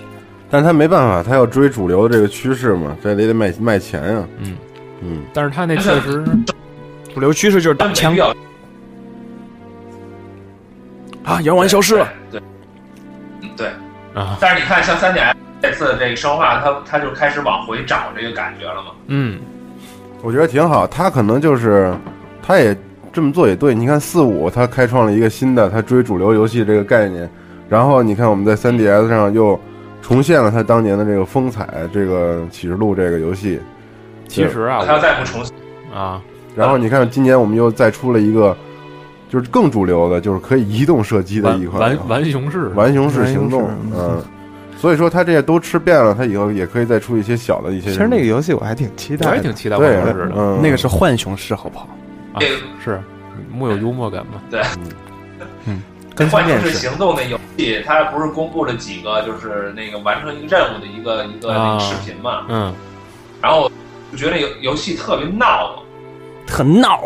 但是他没办法，他要追主流的这个趋势嘛，这得得卖卖钱啊。
嗯
嗯，
但是他那确实
主流趋势就是打
真没
枪
必要
啊，摇完消失了。。
对，对嗯对。
啊，
但是你看，像三点这次这个生化，它它就开始往回找这个感觉了嘛。
嗯，
我觉得挺好。他可能就是，他也这么做也对。你看四五，他开创了一个新的他追主流游戏这个概念，然后你看我们在 3DS 上又重现了他当年的这个风采，这个《启示录》这个游戏。
其实啊，
它要再不重新，
我啊，
然后你看今年我们又再出了一个，就是更主流的，就是可以移动射击的一啊款
玩玩玩熊市
玩熊式行动
玩熊，式
嗯。所以说他这些都吃遍了，他以后也可以再出一些小的一些。
其实那个游戏我还挺期
我
待
也
的
挺，期待玩
对
熊市，的，
嗯，
那个是浣熊市，好不好？
啊
这个
是木有幽默感嘛？
跟
幻
三电
影式
视，
行动那游戏，它不是公布了几个就是那个完成一个任务的一个一个那
啊
个视频嘛？
嗯
然后我觉得游游戏特别闹，
很闹，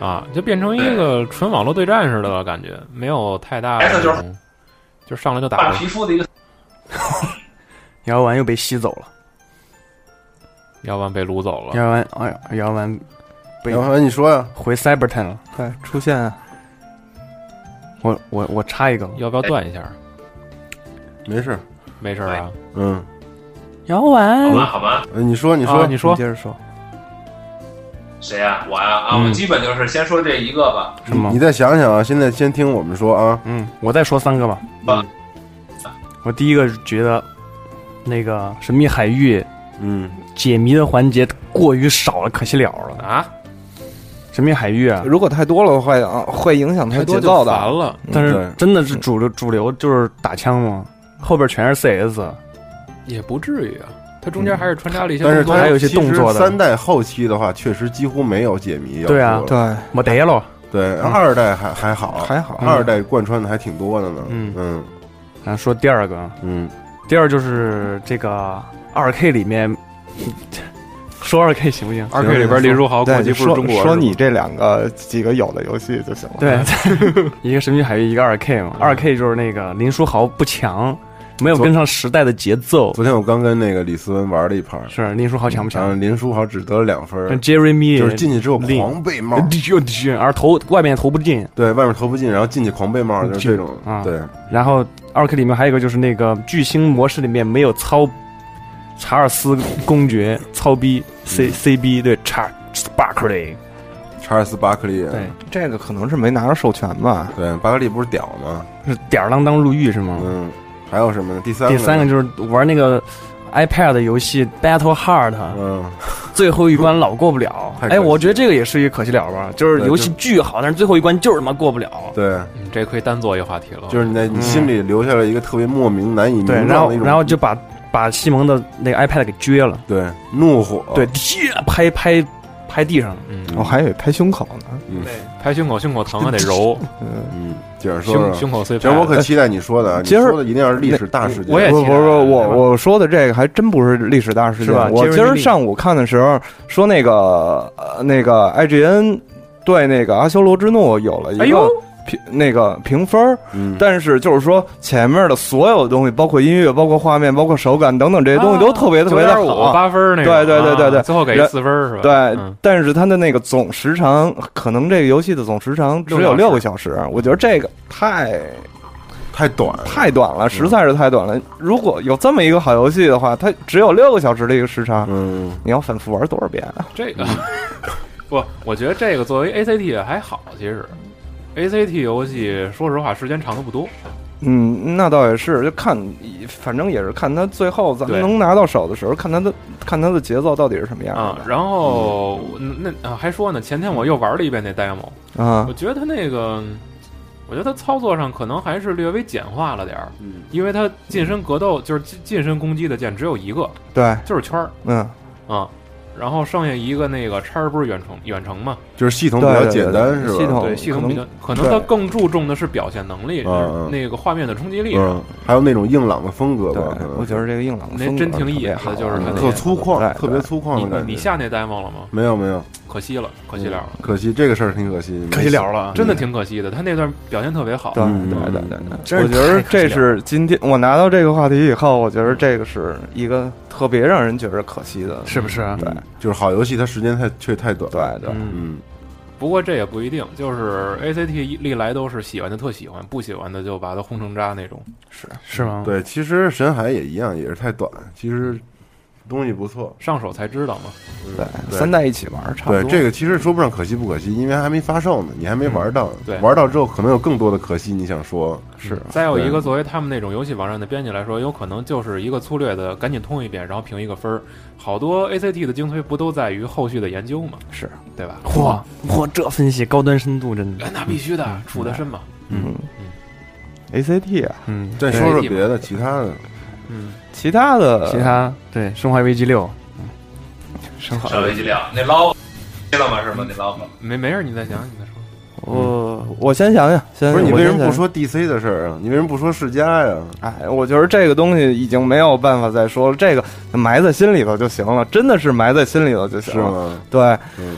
啊，就变成一个纯网络对战似的了，感觉没有太大的
S 哎就是
那种，就上来就打
换
了
皮，肤的一个
摇完又被吸走了，
要不然被撸走了。
摇完哎，摇完被
然后你说啊呀，
回 Cyberton 了。
对，出现啊
我我我插一个，
要不要断一下？
没事儿，
没事儿啊，
哎
嗯，
摇
好
完
吧好吧，
呃你说你
啊
说
你说
接着说，
谁呀、我呀啊，
嗯
我基本就是先说这一个吧。
什么
你？再想想啊，现在先听我们说啊，
嗯，我再说三个吧。
啊
我第一个觉得那个神秘海域
嗯，
解谜的环节过于少了，可惜了了。
啊，
神秘海域啊，
如果太多了会啊会影响它
太多
节
就
奏
烦
的，嗯
了。
但
对
是真的是主流主流就是打枪吗？后边全是 CS，
也不至于啊，它中间还是穿插了一些
但是
动
它
作，
还有一些动作的
其实三代后期的话，确实几乎没有解谜要
对啊
做了
对，
没得了。
对，二代还还好，
还好，
嗯
二代贯穿的还挺多的呢，
嗯
嗯
啊，说第二个，
嗯，
第二就是这个二 K 里面， 说二 K 行不行？
二 K 里边林书豪
对，
国籍
就
不是
说
中国，
说
是吧
你这两个几个有的游戏就行了，
对，啊 一个神秘海域，一个二 K 嘛。二 K 就是那个林书豪不强，没有跟上时代的节奏。嗯
昨天我刚跟那个李思文玩了一盘儿，
是林书豪强不
然后
强？
林书豪只得了两分儿，
但 Jeremy
就是进去之后
令
狂被帽，
丢丢， 而投外面投不进。
对外面投不进，然后进去狂被帽，就是这种
啊，
对，
然后二 K 里面还有一个就是那个巨星模式里面没有操查尔斯公爵操逼 C C B 对查 Barkley
查尔斯巴克利，
对
这个可能是没拿着授权吧，
对，巴克利不是屌吗？
是吊儿郎当入狱是吗？
嗯，还有什么呢？第三
第
第
三个就是玩那个 iPad 的游戏 Battle Hard，
嗯，
最后一关老过不了。
太可惜
哎，
了
我觉得这个也是一个可惜了吧，就是
对
游戏巨好，但是最后一关就是他妈过不了。
对，
嗯
啊
这可以单做一话题了。
就是你在你心里留下了一个特别莫名、难以名
对，
状
然后
的一种，
然后就把把西蒙的那个 iPad 给撅了，
对，怒火，
对，撅拍拍拍地上了。
嗯，
我还以为拍胸口呢。
拍胸口，胸口疼还得揉，
嗯，
嗯，接着说
胸
说，
胸口碎
其实我
拍。
可期待你说的啊，你
哎呃其实
说的一定要是历史大事件，
我也
不
期
不
待
不，
对吧
我我说的这个还真不是历史大事
是
件
吧。
我
杰瑞
今儿
利
上午看的时候说那个呃那个 IGN 对那个《阿修罗之怒》有了一
哎
个
呦，
评、那个评分儿，
嗯，
但是就是说前面的所有东西，包括音乐、包括画面、包括手感等等这些东
啊
哦
西都特别特别的好。
八分儿那个，
对对对对对
啊最后给一四分儿是吧？
对，
嗯
但是它的那个总时长，可能这个游戏的总时长只有六个小时，
嗯
我觉得这个太
太短了，
太短
嗯
了，实在是太短了。如果有这么一个好游戏的话，它只有六个小时的一个时长，
嗯，
你要反复玩多少遍啊？
这个 不，我觉得这个作为 ACT 也还好，其实 ACT 游戏说实话时间长的不多，
嗯，那倒也是，就看，反正也是看它最后咱们
对
能拿到手的时候，看它的看它的节奏到底是什么样
啊，然后那那啊还说呢，前天我又玩了一遍那 demo，
的啊
我。觉得它那个，我觉得它操作上可能还是略微简化了点儿，
嗯
因为它近身格斗就是近近身攻击的键只有一个，
对，
就是圈儿
嗯，
啊，然后剩下一个那个叉儿不是远程远程嘛，
就是系统比较
对对
简单
对
是吧？
系统
对系统比较，可能
哦对
它更注重的是表现能力，
嗯嗯
那个画面的冲击力上。
嗯，还有那种硬朗的风格
对
吧，可，能
我觉得这个硬朗的
那
风格
真挺
特别
野的
好
就是
玩
它
嗯
那
特粗犷，
对
特别
对
粗犷
你
的感觉。
你下那 demo 了吗？
没有没有，
可惜了，可惜了了，
可惜这个事儿挺可惜，
可惜了了，
真的挺可惜的。他那段表现特别好，
对
嗯
对对
嗯
对对，
真
我
是
觉得
太可惜了
这是今天我拿到这个话题以后，我觉得这个是一个特别让人觉得可惜的，
是不是啊？
对
嗯就是好游戏它时间太却太短。
对，对，
嗯，
嗯，
不过这也不一定，就是 ACT 历来都是喜欢的特喜欢，不喜欢的就把它轰成渣那种。
是吗？
对，其实神海也一样，也是太短。其实东西不错，
上手才知道嘛。
对
三代一起玩儿差不
对
多。
这个其实说不上可惜不可惜，因为还没发售呢，你还没玩到。
对
玩到之后可能有更多的可惜，你想说
是
再有一
对
个，作为他们那种游戏网站的编辑来说，有可能就是一个粗略的，赶紧通一遍，然后评一个分儿。好多 ACT 的精髓不都在于后续的研究嘛？
是，
对吧？
嚯嚯，这分析高端深度真的
哎，那必须的，处得深嘛。
嗯，ACT 啊，
再
对
说说别的，其他的
嗯，
其他的
呃
其他对《生化危机六》
生化
上维基料那捞接了吗？是吗？那捞吗？
没没事儿，你再想，你再说。
我我先想想，先
嗯不是你
我
为
先
什么
想
不说 DC 的事儿啊？你为什么不说世嘉呀？
哎，我觉得这个东西已经没有办法再说了，这个埋在心里头就行了，真的是埋在心里头就是啊行了。
吗？
对，
嗯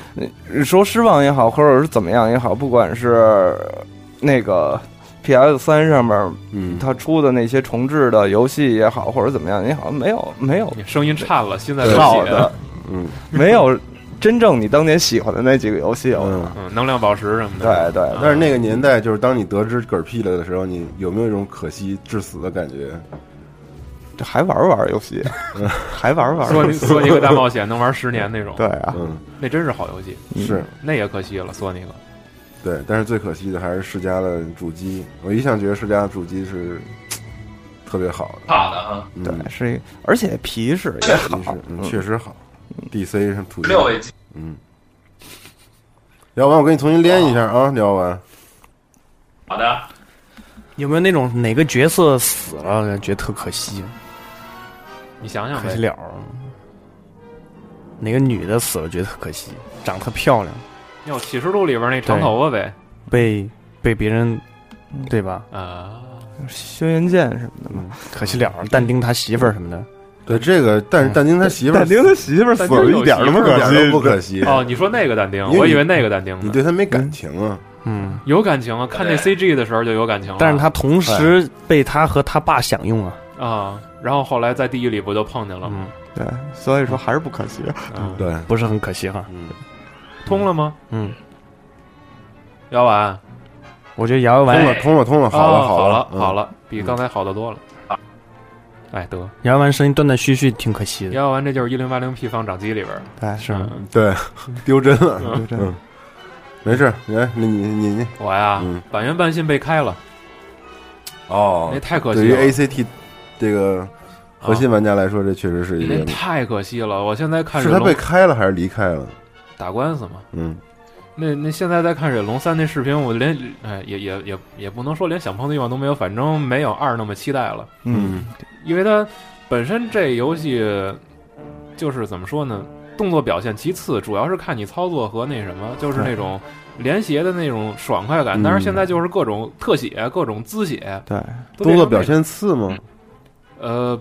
你说失望也好，或者是怎么样也好，不管是那个 PS 三上面
嗯，
它出的那些重置的游戏也好，或者怎么样也好，没有没有
你声音颤了，心在流
好
血。
的，
嗯，
没有真正你当年喜欢的那几个游戏了。
嗯
嗯，能量宝石什么
对
的。
对，
但是那个年代，就是当你得知嗝屁了的时候，你有没有一种可惜致死的感觉？
这还玩不玩游戏？还玩不玩？
索尼索尼克大冒险能玩十年那种，
对啊，
嗯，
那真是好游戏，
嗯
是
那也可惜了，索尼克。
对。但是最可惜的还是世嘉的主机，我一向觉得世嘉的主机是特别好的。
怕的啊！
嗯、
对，是一个，而且皮实也好
确实，，嗯，
嗯
确实好。DC 上主机，
六位机
嗯。聊完，我给你重新连一下啊！聊完，
好的，
有没有那种哪个角色死了感觉特可惜，啊
你想想
可
呗
惜，了？哪个女的死了觉得特可惜，长得特漂亮，
要《启示录》里边那长头发呗，
被被别人对吧？
啊，
轩辕剑什么的嘛。
可惜了，但丁他媳妇儿什么的，
对这个，但
嗯
是但丁他媳妇儿
但丁他媳妇儿死了一点儿都不
一
可
点
惜，
都不可惜，
哦，你说那个但丁，
因为你
我以为那个但丁
你
呢，
对他没感情啊。
嗯。
有感情啊，看那 CG 的时候就有感情了，
但是他同时被他和他爸享用啊，
啊，然后后来在地狱里不就碰见了
嗯
吗？，
对，所以说还是不可惜。
嗯，
对，
不是很可惜哈。
嗯，
通了吗？
嗯，
姚婉，
我觉得姚
通
完
了，通了，通了，好
哦
了，嗯
好
了，
好
了，
了，比刚才好的多了。
嗯
哎，得，
姚完声音断断续续，挺可惜的。
姚婉这就是一零八零 P 放掌机里边儿，
对，是
嗯
对， 丢针了，
就这
嗯，没事，来，你你你你
我呀
嗯，
板垣半信被开了，
哦
那太可
对
惜
于
了。啊
ACT 这个核心玩家来说，这确实是一
那
个，
太可惜了，我现在看
是
忍
他被
龙
开了还是离开了？
打官司嘛，
嗯，
那那现在在看忍龙三那视频，我连哎也也也也不能说连想碰的欲望都没有，反正没有二那么期待了，
嗯，
因为他本身这游戏就是怎么说呢，动作表现其次，主要是看你操作和那什
嗯
么，就是那种连携的那种爽快感。
嗯
但是现在就是各种特写、各种滋写，
对，
都
动作
变
表
成
现次吗？
嗯那呃。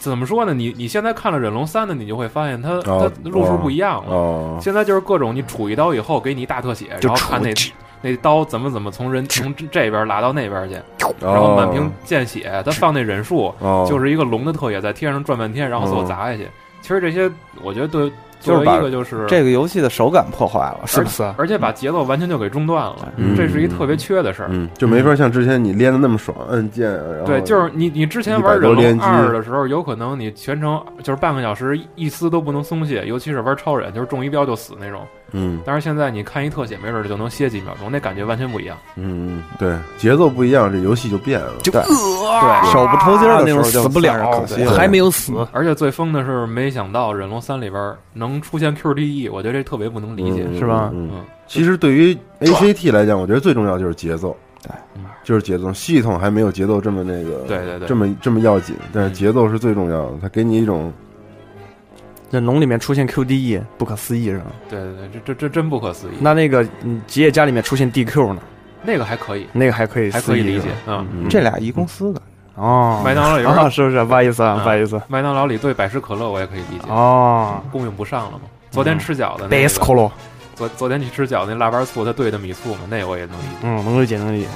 怎么说呢？你你现在看了《忍龙三》的，你就会发现它、
哦
它路数不一样了。
哦，
现在就是各种你杵一刀以后给你一大特写，
就
然后看那
杵
那刀怎么怎么从人从这边拉到那边去，
然
然后满屏见血，他放那忍术
哦，
就是一个龙的特写，在天上转半天，然后最后
嗯
砸下去。其实这些我觉得对
就
作
是
为
把
一个就是
这个游戏的手感破坏了，是不是？
而且把节奏完全就给中断了，
嗯
这是一特别缺的事儿。
嗯，就没法像之前你练的那么爽，按键啊，然后
对，就是你你之前
100
玩
多
忍
连
龙
击
二的时候，有可能你全程就是半个小时一丝都不能松懈，尤其是玩超忍，就是中一标就死那种。
嗯
但是现在你看一特写，没准就能歇几秒钟，那感觉完全不一样。
嗯，嗯对，节奏不一样，这游戏就变了，
对，对，手不抽筋儿的时候就
死不
算是
了
可惜，了，
还没有死，
而且最疯的是，没想到《忍龙三》里边能出现 QTE，我觉得这特别不能理解。
嗯
是吧
嗯
嗯，
其实对于 ACT 来讲，我觉得最重要就是节奏，
对，
就是节奏。系统还没有节奏这么那个，
对对对
这么这么要紧，但是节奏是最重要的，它给你一种
忍龙里面出现 QDE，不可思议是吧？
对对对，这这这真不可思议。
那那个嗯吉野家里面出现 DQ 呢，
那个还可以，
那个还可以
还可
思
以
议
理
是
解
吧
啊。
嗯
这俩一公司的，
哦，
麦当劳里 边
啊，是不是？不好意思啊，不好意思
麦当劳里兑百事可乐，我也可以理解，
哦。
供应不上了嘛。昨
嗯
天吃饺子，
贝斯可
嗯那个
乐，
昨昨天去吃饺子，那腊八醋它兑的米醋嘛，那我也能理解。
嗯，能理解能理解。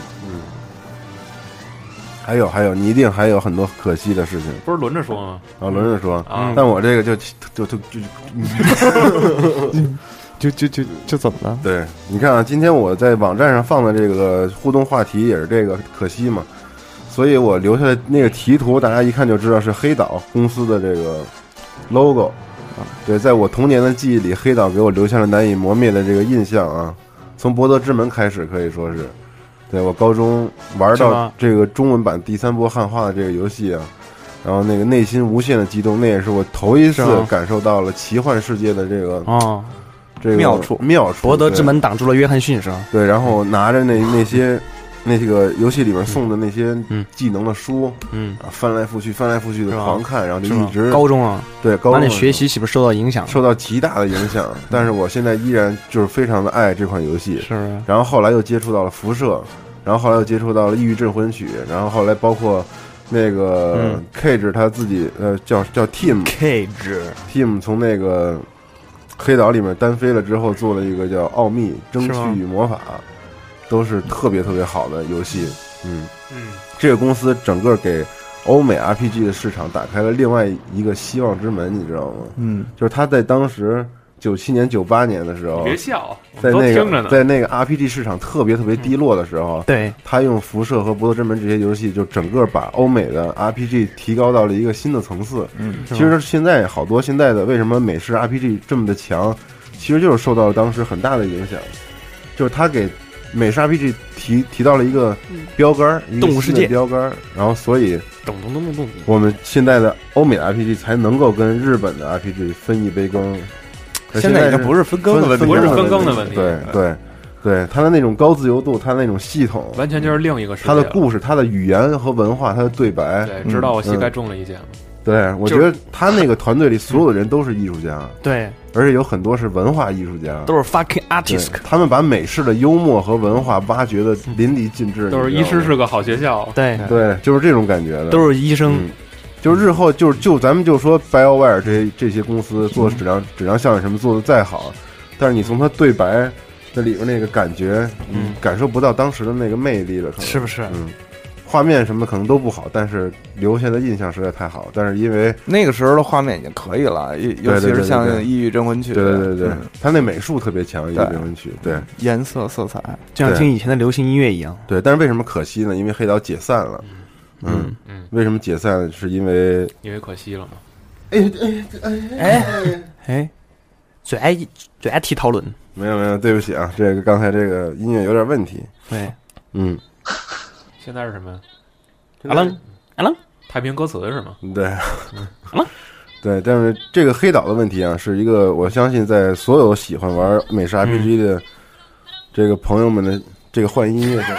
还有还有，你一定还有很多可惜的事情。
不是轮着说吗？
然后轮着说，
啊，
但我这个就就就就
就就就就怎么了？
对，你看啊，今天我在网站上放的这个互动话题也是这个可惜嘛，所以我留下的那个题图，大家一看就知道是黑岛公司的这个 logo。对，在我童年的记忆里，黑岛给我留下了难以磨灭的这个印象啊。从《博德之门》开始，可以说是，对我高中玩
是
到
吗
这个中文版第三波汉化的这个游戏啊，然后那个内心无限的激动，那也是我头一次
是吗
感受到了奇幻世界的这个
哦，
这个
妙处
妙处。
博德之
对
门挡住了约翰逊是吧？
对，然后拿着那那些那个游戏里边送的那些
嗯嗯
技能的书，
嗯，
啊翻来覆去、翻来覆去的
是吧
狂看，然后就是
吗
一直
高中啊，
对高
那
中
你
的
学习是不是受到影响？
受到极大的影响，但是我现在依然就是非常的爱这款游戏。
是不是？
然后后来又接触到了辐射，然后后来又接触到了《异域镇魂曲》，然后后来包括那
嗯
个 Cage 他自己呃叫叫 Team
Cage
Team 从那个黑岛里面单飞了之后，做了一个叫《奥秘：争
是吗
取与魔法》，都是特别特别好的游戏。嗯，
嗯，
这个公司整个给欧美 RPG 的市场打开了另外一个希望之门，你知道吗？
嗯，
就是他在当时九七年、九八年的时候
别，笑，我
在
们都
那
听着
个
呢。
在那个 RPG 市场特别特别低落的时候，
对，
他用辐射和博德之门这些游戏，就整个把欧美的 RPG 提高到了一个新的层次。嗯，其实现在好多现在的为什么美式 RPG 这么的强，其实就是受到了当时很大的影响，就是他给美式 RPG 提提到了一个标杆儿，一个
动物世界
新的标杆儿，然后所以
咚咚咚咚咚。
我们现在的欧美的 RPG 才能够跟日本的 RPG 分一杯羹。可
现在已经不
是
是分羹的问题
分
不
了，
是
的
分羹的问题
对对对，它的那种高自由度，它的那种系统，
完全就是另一个世界
他
了。
的故事、他的语言和文化、他的对白，
对，直到我膝盖中了一箭。
对我觉得他那个团队里所有的人都是艺术家，
对，
而且有很多是文化艺术家，
都是 fucking
对
artist。
他们把美式的幽默和文化挖掘的淋漓尽致，
都是
你
医
知道
师
吗
是个好学校，
对，
对，就是这种感觉的，
都是医生
嗯。就日后就是就咱们就说 BioWare 这些这些公司做质量质量效应什么做的再好，但是你从他对白那里边那个感觉，嗯，感受不到当时的那个魅力了，可能
是不是？
嗯，画面什么的可能都不好，但是留下的印象实在太好。但是因为
那个时候的画面已经可以了，尤尤其
对对对
是
对
像《
对
异域镇魂曲》，
对对对对，
嗯
他那美术特别强，一个灵魂曲，对
颜色色彩，
就像听以前的流行音乐一样。
对。但是为什么可惜呢？因为黑岛解散了，嗯
嗯，
为什么解散？是因为
因为可惜了嘛。
嗯哎，最爱最爱踢讨论。
没有没有，对不起啊，这个刚才这个音乐有点问题，
对，
嗯，
现在是什么呀？
阿楞阿楞，
太平歌词是吗？
对。 对，但是这个黑岛的问题啊，是一个我相信在所有喜欢玩美式 RPG 的这个朋友们的这个换音乐上，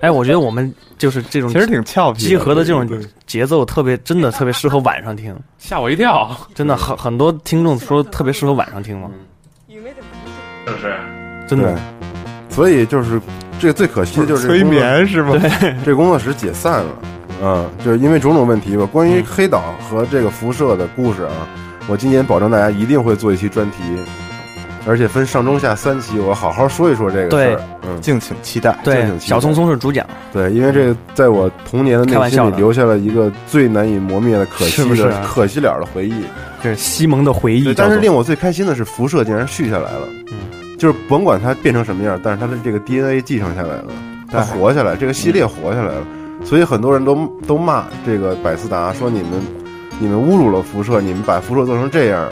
哎，我觉得我们就是这种
其实挺俏皮的，
集合的这种节奏特别，真的特别适合晚上听，
吓我一跳。
真的很很多听众说特别适合晚上听嘛，
是不是？
真的。
所以就是这个最可惜的就是这
催
工作
眠是吗？
这工作室解散了，嗯，就是因为种种问题吧。关于
嗯
黑岛和这个辐射的故事啊，我今年保证大家一定会做一期专题，而且分上中下三期，我好好说一说这个事
对
儿。嗯，
敬请期待。
敬
对，
请期
小
待
松松是主讲，
对，因为这个在我童年的
开
内
玩
心
笑
里
的
留下了一个最难以磨灭的可惜
是
的
不是啊
可惜了的回忆。
这是西蒙的回忆
对，
叫
但
做。
是令我最开心的是辐射竟然续下来了，嗯，就是甭管它变成什么样，但是它的这个 DNA 继承下来了，它活下来，这个系列活下来了，所以很多人都都骂这个百思达说你们你们侮辱了辐射，你们把辐射做成这样。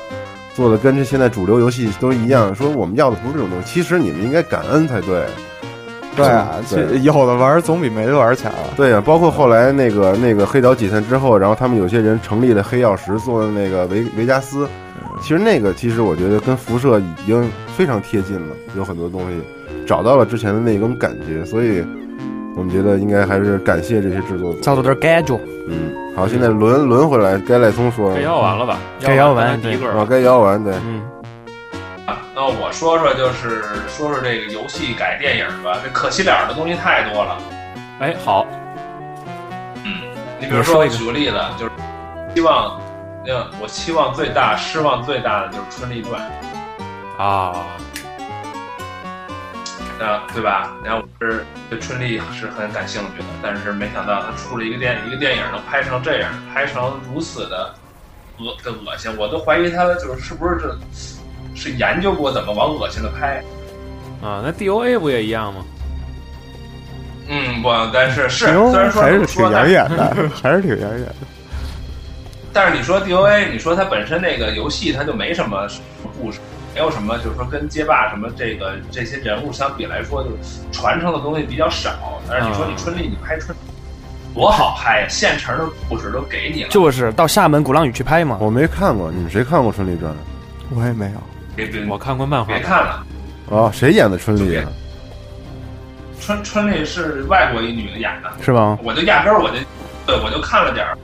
做的跟这现在主流游戏都一样，说我们要的不是这种东西，其实你们应该感恩才对。
对啊，
对
这有的玩儿总比没得玩儿强啊。
对呀、包括后来那个那个黑岛解散之后，然后他们有些人成立了黑曜石，做的那个维维加斯，其实那个其实我觉得跟辐射已经非常贴近了，有很多东西找到了之前的那种感觉，所以我们觉得应该还是感谢这些制作组。
叫做点 g a d g e
嗯，好，现在轮轮回来，该赖聪说
该
了，
腰完了吧？
该腰完
咱第一个
啊，
吧。
该嗯摇完对，
嗯，
啊，那我说说就是说说这个游戏改电影吧，这可惜点儿的东西太多了。
哎，好，
你比如
你说
说，
一个
举个例子，就是希望，那我期望最大、失望最大的就是《春丽传》
啊，
啊，对吧？然后我是对春丽是很感兴趣的，但是没想到他出了一个电一个电影能拍成这样，拍成如此的恶的恶心，我都怀疑他就是是不是这是研究过怎么往恶心的拍。
啊，那 DOA 不也一样吗？
嗯，我但是是
挺
虽然说
还
这
是
么
挺
说，但
养眼 的，还是挺养眼的。
但是你说 DOA，你说它本身那个游戏它就没什么故事，没有什么就是说跟街霸什么这个这些人物相比来说，就是传承的东西比较少。但是你说你春丽，你拍春多好拍呀，现成的故事都给你了，
就是到厦门鼓浪屿去拍嘛。
我没看过，你们谁看过《春丽传
我也没有，
别
嗯
别
我看过漫画
别，看了。》
啊？谁演的春丽啊？
春春丽是外国一女的演的，
是吧？
我就压根儿我就对我就看了点儿，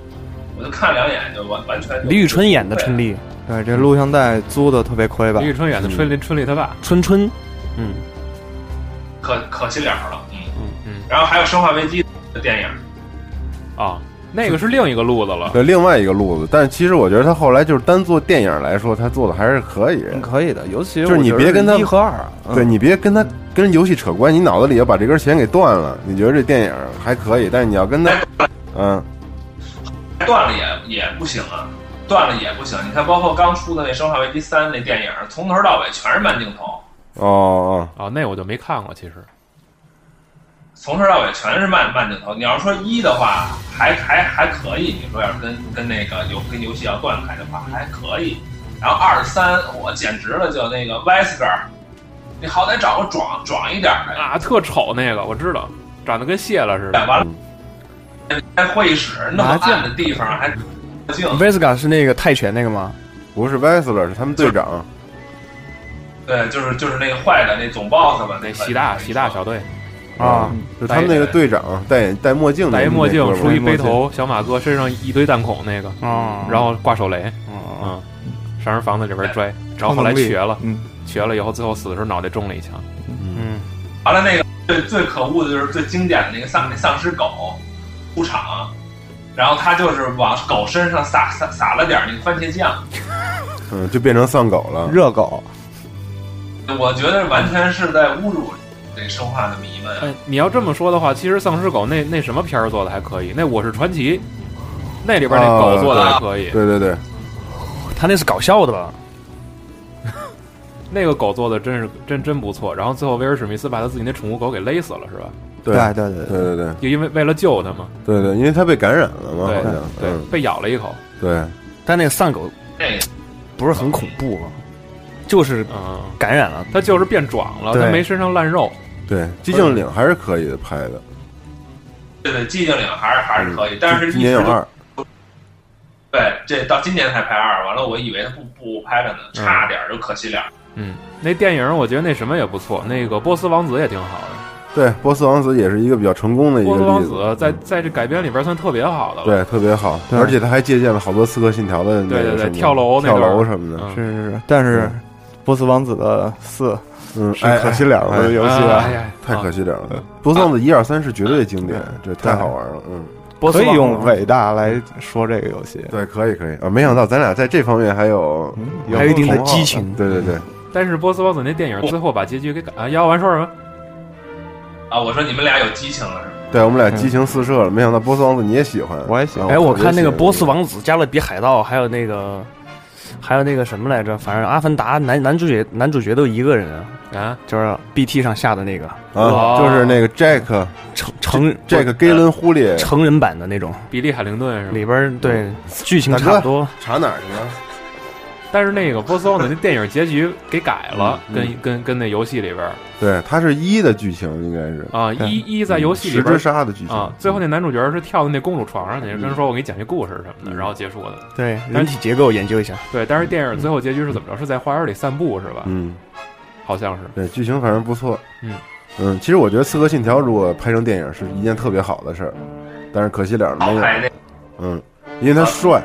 我就看两眼就完完全就
李宇春演的春丽，
对，这录像带租的特别亏吧
李？宇春演的春丽
嗯
春丽他爸，
春春，嗯，
可可惜了了，嗯
嗯
然后还有《生化危机》的电影，
啊，那个是另一个路子了。
对，另外一个路子，但其实我觉得他后来就是单做电影来说，他做的还是可以。
可以的，尤其
就是你
我觉得
别跟他
一和二啊，
嗯
对你别跟他跟游戏扯关系，你脑子里要把这根弦给断了。你觉得这电影还可以，但是你要跟他，嗯，
断了也也不行啊，断了也不行。你看，包括刚出的那《生化危机三》那电影，从头到尾全是慢镜头，
哦哦，
啊，那我就没看过，其实
从头到尾全是慢慢镜头。你要说一的话，还还还可以。你说要是跟跟那个游跟游戏要断开的话，还可以。然后二三，我简直了，就那个 Wesker，你好歹找个壮壮一点的呀。
啊，特丑那个，我知道，长得跟蟹了似的。
完了，在会议室那么暗的地方还镜，
Vesga 是那个泰拳那个吗？
不是 Weisler，是他们队长。
对，就是就是那个坏的那总 boss 吧，
那
个
习大习大小队，
啊，
嗯
就他们那个队长戴眼戴墨镜的啊
戴
那
一
个哥
墨
们儿，
镜，梳一
戴
背头，小马哥身上一堆弹孔那个，
嗯
哦，
啊然后挂手雷，
啊
后
嗯，上人房子里边
哎
拽，然后后来瘸了，
嗯，
瘸了以后最后死的时候脑袋中了一枪，
嗯，
完了，那个最最可恶的就是最经典的那个丧那丧尸狗出场，然后他就是往狗身上撒撒撒了点儿那个番茄酱，
嗯，就变成丧狗了。
热狗
我觉得完全是在侮辱这生化的迷们。
哎，你要这么说的话，其实《丧尸狗那》那什么片儿做的还可以，那《我是传奇》那里边那狗做的还可以，
啊对对对，
他那是搞笑的吧？
那个狗做的真是真真不错。然后最后威尔史密斯把他自己那宠物狗给勒死了，是吧？
对
对对对
对对对
就因为为了救它嘛，
对对，因为他被感染了嘛，好
对
像，
对
啊嗯，，
被咬了一口，
对，
但那个丧狗
那个
不是很恐怖吗？就是
嗯，
感染了，
它就是变壮了，
对
它没身上烂肉，
对，寂静岭还是可以的拍的，
对对，寂静岭还是还是可以，但是
嗯今
一
年
直
有二，
对这到今年才拍二，完了我以为他不不拍了呢，
嗯
差点儿就可惜了。
嗯，那电影我觉得那什么也不错，那个波斯王子也挺好的，
对，波斯王子也是一个比较成功的一
波斯
个
王
例子
子，在
嗯
在这改编里边算特别好的了。
对，特别好，
对
而且他还借鉴了好多《刺客信条》的那
对
个
对对
什么
跳楼那
跳
段
楼什么的，
嗯
是是是，但是波斯王子的四
嗯，
是
哎，
可惜了
哎
的游戏啊
哎，呀，
太可惜了。波斯王子一二三是绝对经
啊
典，这太好玩了，嗯，
波
斯
可以
王
用
子
伟大来说这个游戏。
对，可以可以啊，没想到咱俩在这方面还有
嗯还有一定的
同好
激情
对对对，
但是波斯王子那电影最后把结局给改啊，要完事儿了。
啊，我说你们俩有激情了是吗？
对我们俩激情四射了，没想到波斯王子你也喜欢，
我也喜欢
啊
哎，我看那个《波斯
王，
王子》《加勒比海盗》，还有那个，还有那个什么来着？反正《阿凡达》男男主角男主角都一个人啊，
啊，
就是 B T 上下的那个
啊，
哇
就是那个 Jack
成成
这个 Galen 忽略
成人版的那种，
比利海灵顿是吧？
里边儿对剧情
大哥
差不多。
查哪儿去了？
但是那个波斯王子那电影结局给改了，
嗯
跟跟跟那游戏里边儿
对，它是一的剧情应该是嗯
啊，
对
一一在游戏里
十之
边儿
鲨的剧情
啊，最后那男主角是跳到那公主床上去，跟
嗯
人说我给你讲一故事什么的，然后结束的。
对人体结构研究一下，
对，但是电
嗯
影最后结局是怎么着？是在花园里散步是吧？
嗯，
好像是。
对，剧情反正不错。
嗯
嗯，其实我觉得《刺客信条》如果拍成电影是一件特别好的事儿，但是可惜了没
好
有。
拍那
嗯，因为他帅，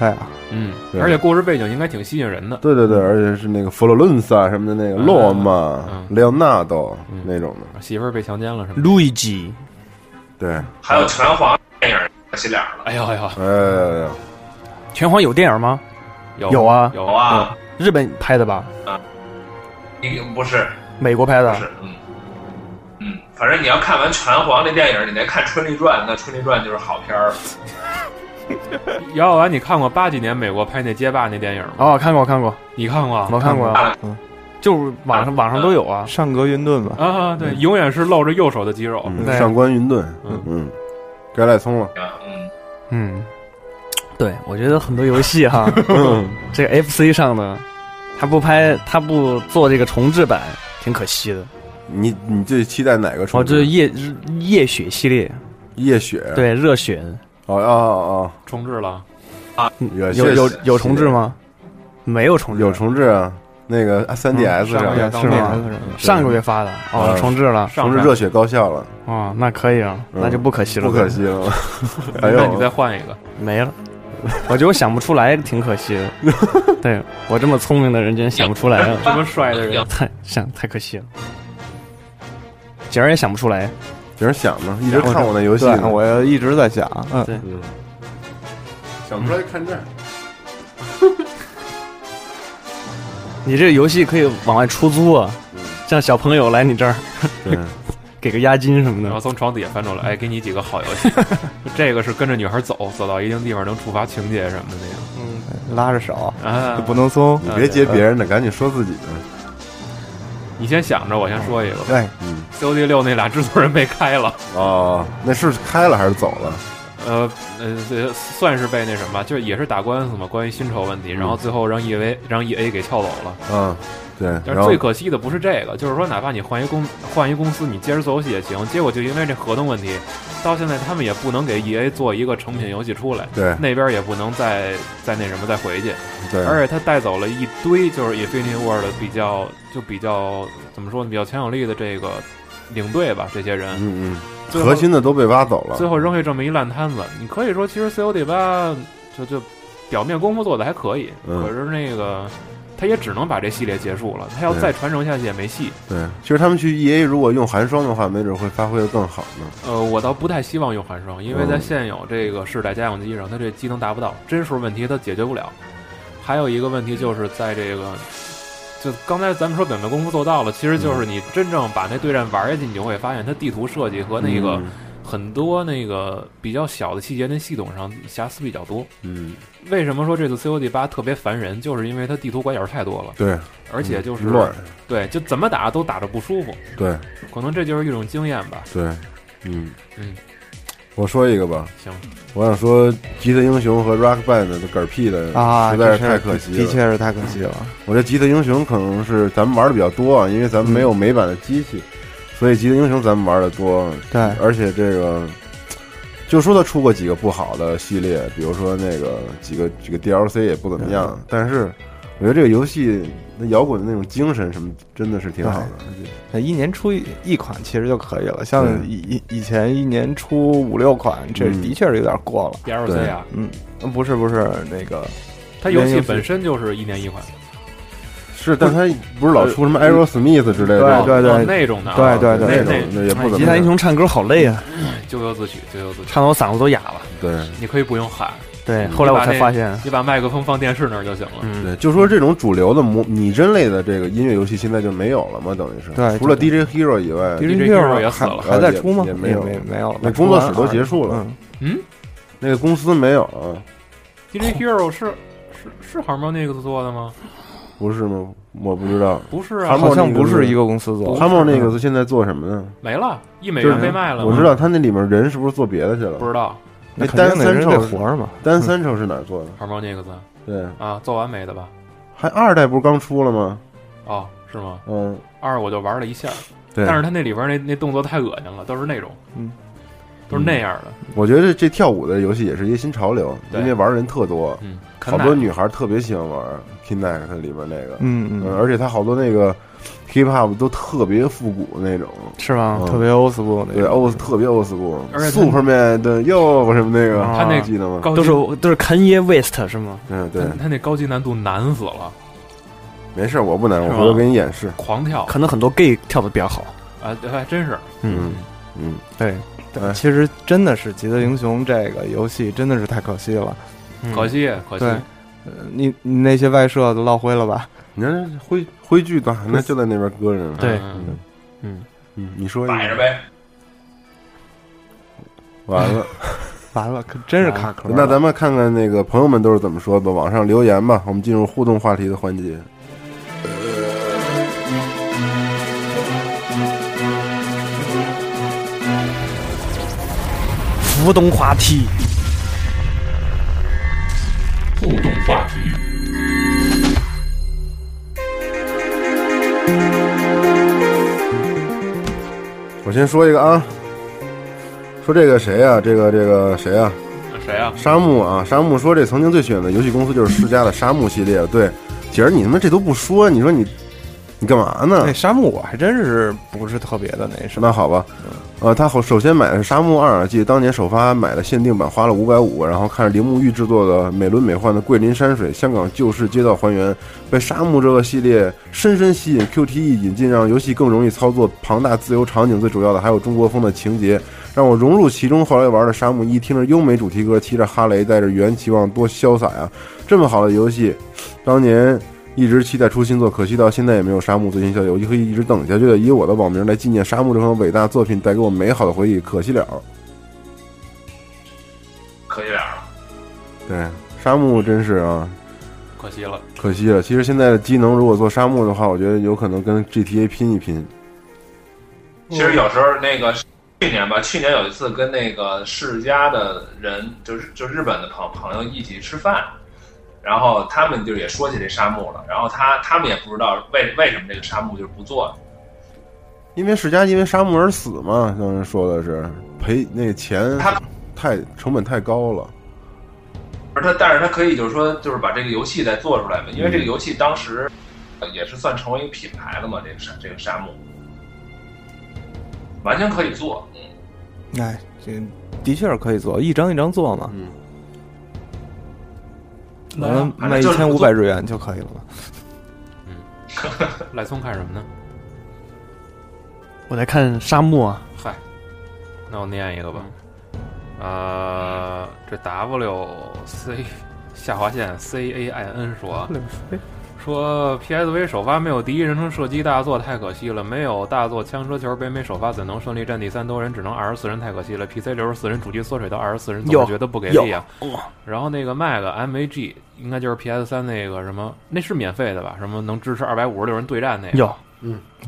哎呀，
嗯，
对
而且故事背景应该挺吸引人的。
对对对，而且是那个佛罗伦萨什么的那个
嗯
洛马
嗯、
雷奥纳多
嗯
那种的，
媳妇儿被强奸了是吗？
路易吉
对，
还有拳皇电影可惜了了，
哎呦哎呦，
哎，
拳皇有电影吗？
有
有啊
有
有！啊，
日本拍的吧？
嗯
一个不是
美国拍
不
的？
是，嗯嗯，反正你要看完拳皇那电影，你再看《春丽传》，那《春丽传》就是好片儿。
姚老板，你看过八几年美国拍那街霸那电影吗？
哦，看过看过，
你看过啊？
我看过啊，
嗯
就是网上网上都有啊。
上格云顿吧，
啊，对，永远是露着右手的肌肉。
嗯，
对
上官云顿，
嗯
嗯，该赖聪了，
嗯，
嗯，对，我觉得很多游戏 哈，这个 FC 上的，他不拍，他不做这个重置版，挺可惜的。
你你最期待哪个重
哦，
置？
这夜日夜血系列，
夜雪，啊
对热血，
哦哦哦
重置了，
嗯
热呃血
有有
系列
有重置吗？没有重
哦，
置，
有重置啊，那个3 DS
嗯
啊
上
上
个月刚
是
上
吗
的？
上个月发的哦，
嗯
重置了
上
重置
上
热血高校了，
哦，那可以啊，
嗯
那就不可惜了，
不可惜了， 哎
那你
呦
再，换一个，
没了。我觉得我想不出来，挺可惜 的。对我这么聪明的人，真想不出来啊，
这么帅的人，
太想太可惜了。景儿也想不出来，
有人想呢，一直看我那游戏
对，
呢，
我一直在想，嗯，
想不出来看这儿，
你这个游戏可以往外出租啊，像小朋友来你这儿
嗯对，
给个押金什么
然后
的。
从床底下翻出来，哎，给你几个好游戏。 这个是跟着女孩走，走到一定地方能触发情节什么的那
拉着手
个。啊，
不能松，
你别截别人的，赶紧说自己的，
你先想着，我先说一个吧。
对，
嗯，
COD 六那俩制作人被开了，
哦，那是开了还是走了？
呃呃，这算是被那什么，就是也是打官司嘛，关于薪酬问题，然后
嗯
最后让 EV 让 EA 给撬走了。
嗯，对，
但
然
是
后
最可惜的不是这个，就是说，哪怕你换一公换一公司，你接着做游戏也行。结果就因为这合同问题，到现在他们也不能给 E A 做一个成品游戏出来，
对
那边也不能再再那什么再回去。
对，
而且他带走了一堆就是 Infinity Ward 的比较就比较怎么说呢，比较强有力的这个领队吧，这些人
嗯嗯，
最后
核心的都被挖走了，
最后扔下这么一烂摊子。你可以说，其实 C O D 八就就表面功夫做的还可以，
嗯
可是那个他也只能把这系列结束了，他要
对
再传承下去也没戏。
对，其实他们去 E A 如果用寒霜的话，没准会发挥的更好呢。
呃，我倒不太希望用寒霜，因为在
嗯
现有这个世代家用机上，它这机能达不到，帧数问题它解决不了。还有一个问题就是在这个，就刚才咱们说表面功夫做到了，其实就是你真正把那对战玩下去，你就会发现它地图设计和那个
嗯
很多那个比较小的细节那系统上瑕疵比较多。
嗯，
为什么说这次 COD 八特别烦人，就是因为它地图拐角太多了，
对，
而且就是
嗯乱，
对，就怎么打都打着不舒服，
对
可能这就是一种经验吧。
对，嗯
嗯，
我说一个吧，
行，
我想说吉他英雄和 Rock Band 的嗝屁的
啊，
实在是
这
太可惜了。
的确是太可惜了。
我这吉他英雄可能是咱们玩的比较多啊，因为咱们没
嗯
有美版的机器，所以吉他英雄咱们玩的多，
对，
而且这个。就说他出过
嗯
几个不好的系列，比如说那个几个几个 DLC 也不怎么样，但是我觉得这个游戏那摇滚的那种精神什么，真的是挺好的。
呃一年出一一款其实就可以了，像
对
以以以前一年出五六款，这
嗯
的确是有点过了。
D L C 啊，
呃不是不是那个，
它游戏本身就是一年一款，
是，但他不是老出什么 Aerosmith 之类的，
呃嗯对
哦那种的啊，
对对
那
对
那种
那
那也不怎
吉
么
他英
样。
雄唱歌好累啊，
咎由自取，咎由自取。
唱的我嗓子都哑了。
对
你可以不用喊，
对，嗯后来我才发现，
嗯你把麦克风放电视那儿就行了。
嗯，
对，就说这种主流的模拟真类的这个音乐游戏现在就没有了嘛，等于是，
对
除了 DJ Hero 以外，
DJ
Hero
Hero 也死了
还还在出吗？
也也没有
没没有了，
那工作室都结束了
嗯，
那个公司没有啊了，
DJ Hero 是是是 Harmonix 做的吗？
不是吗？我不知道。
不是啊，
Harmonix
好像不是一啊个公司做的。嗯
他们那个现在做什么呢？
没了，一美
就是
元被卖了。
我知，道他那里面人是不是做别的去
嗯不
了？
知道
那
单
肯定得
三
人
手
得活着嘛，
单三愁是哪儿做的？
Harmonix
对，
啊，做完美的吧？
还二代不是刚出了吗？
哦，是吗？
嗯，
二我就玩了一下，
对
但是他那里边那那动作太恶心了，都是那种，
嗯，
都是那样的，
我觉得这跳舞的游戏也是一个新潮流，
对
因为玩的人特多，
嗯，啃
好
奶
多女孩特别喜欢玩 Kinect 里面那个，
嗯
嗯，
嗯，
而且它好多那个 hip hop 都特别复古那种，
是吗？
嗯
特别 old school 那
对
个，
，old 特别 old school
而且它
Superman 的哟什么那个，
他那
记得吗？
高
啊都
级
是都是 Kanye West 是吗？
嗯，对
他，他那高级难度难死了，
没事儿，我不难，我
是吗
回头给你演示。
狂跳
可能很多 gay 跳的比较好。
啊，对还真是
嗯嗯，哎
其实真的是《吉他英雄》这个游戏真的是太可惜了。
可惜可惜，
对呃你你那些外设都落灰了吧？
你看灰灰剧吧，那就在那边搁着呢。
对
嗯
嗯，你说一
摆着
个，
呗。
完了。
完了，可真是
啊
卡壳了。
那咱们看看那个朋友们都是怎么说吧，网上留言吧。我们进入互动话题的环节。
浮东滑梯，
互动话题，
我先说一个啊，说这个谁啊，这个这个谁啊，
那谁啊？
沙漠啊，沙漠说这曾经最喜欢的游戏公司就是世嘉的沙漠系列。对，姐儿你他妈这都不说，你说你你干嘛呢
那？沙漠我还真是不是特别的那什么。
那好吧，呃，他好首先买的是《沙漠二》，记得当年首发买的限定版花了五百五，然后看着铃木玉制作的美轮美奂的桂林山水、香港旧式街道还原，被沙漠这个系列深深吸引。QTE 引进让游戏更容易操作，庞大自由场景最主要的还有中国风的情节，让我融入其中。后来玩的《沙漠一》，听着优美主题歌，骑着哈雷，带着原期望，多潇洒呀！这么好的游戏，当年一直期待出新作，可惜到现在也没有沙漠最新消息。我就可以一直等下去的，以我的网名来纪念沙漠这款伟大作品带给我美好的回忆，可惜了。
可惜了啊，
对，沙漠真是啊，
可惜了，
可惜了。其实现在的机能，如果做沙漠的话，我觉得有可能跟 GTA 拼一拼。
嗯
其实有时候那个去年吧，去年有一次跟那个世家的人，就是就日本的朋朋友一起吃饭，然后他们就也说起这沙漠了，然后他他们也不知道为为什么这个沙漠就是不做了，
因为世嘉因为沙漠而死嘛，当时说的是赔那个钱
他
太成本太高了。
而他但是他可以就是说就是把这个游戏再做出来嘛，因为这个游戏当时呃也是算成为一个品牌了嘛，这个沙这个沙漠完全可以做，嗯，
哎，这的确是可以做，一张一张做嘛，
嗯，
完了
反
卖
正
一
就是
千
不
五
做
百日元就可以了嘛。
赖聪看什么呢？
我在看沙漠啊，
嗨，那我念一个吧。呃，这 W C 下划线 C A I N 说啊，说 P S V 首发没有第一人称射击大作太可惜了，没有大作枪车球北美首发怎能顺利战地三多人只能二十四人太可惜了，P C 六十四人主机缩水到二十四人，总
哟
是觉得不给力啊。然后那个 Mac M A G 应该就是 P S 三那个什么，那是免费的吧？什么能支持二百五十六人对战那个？
哟，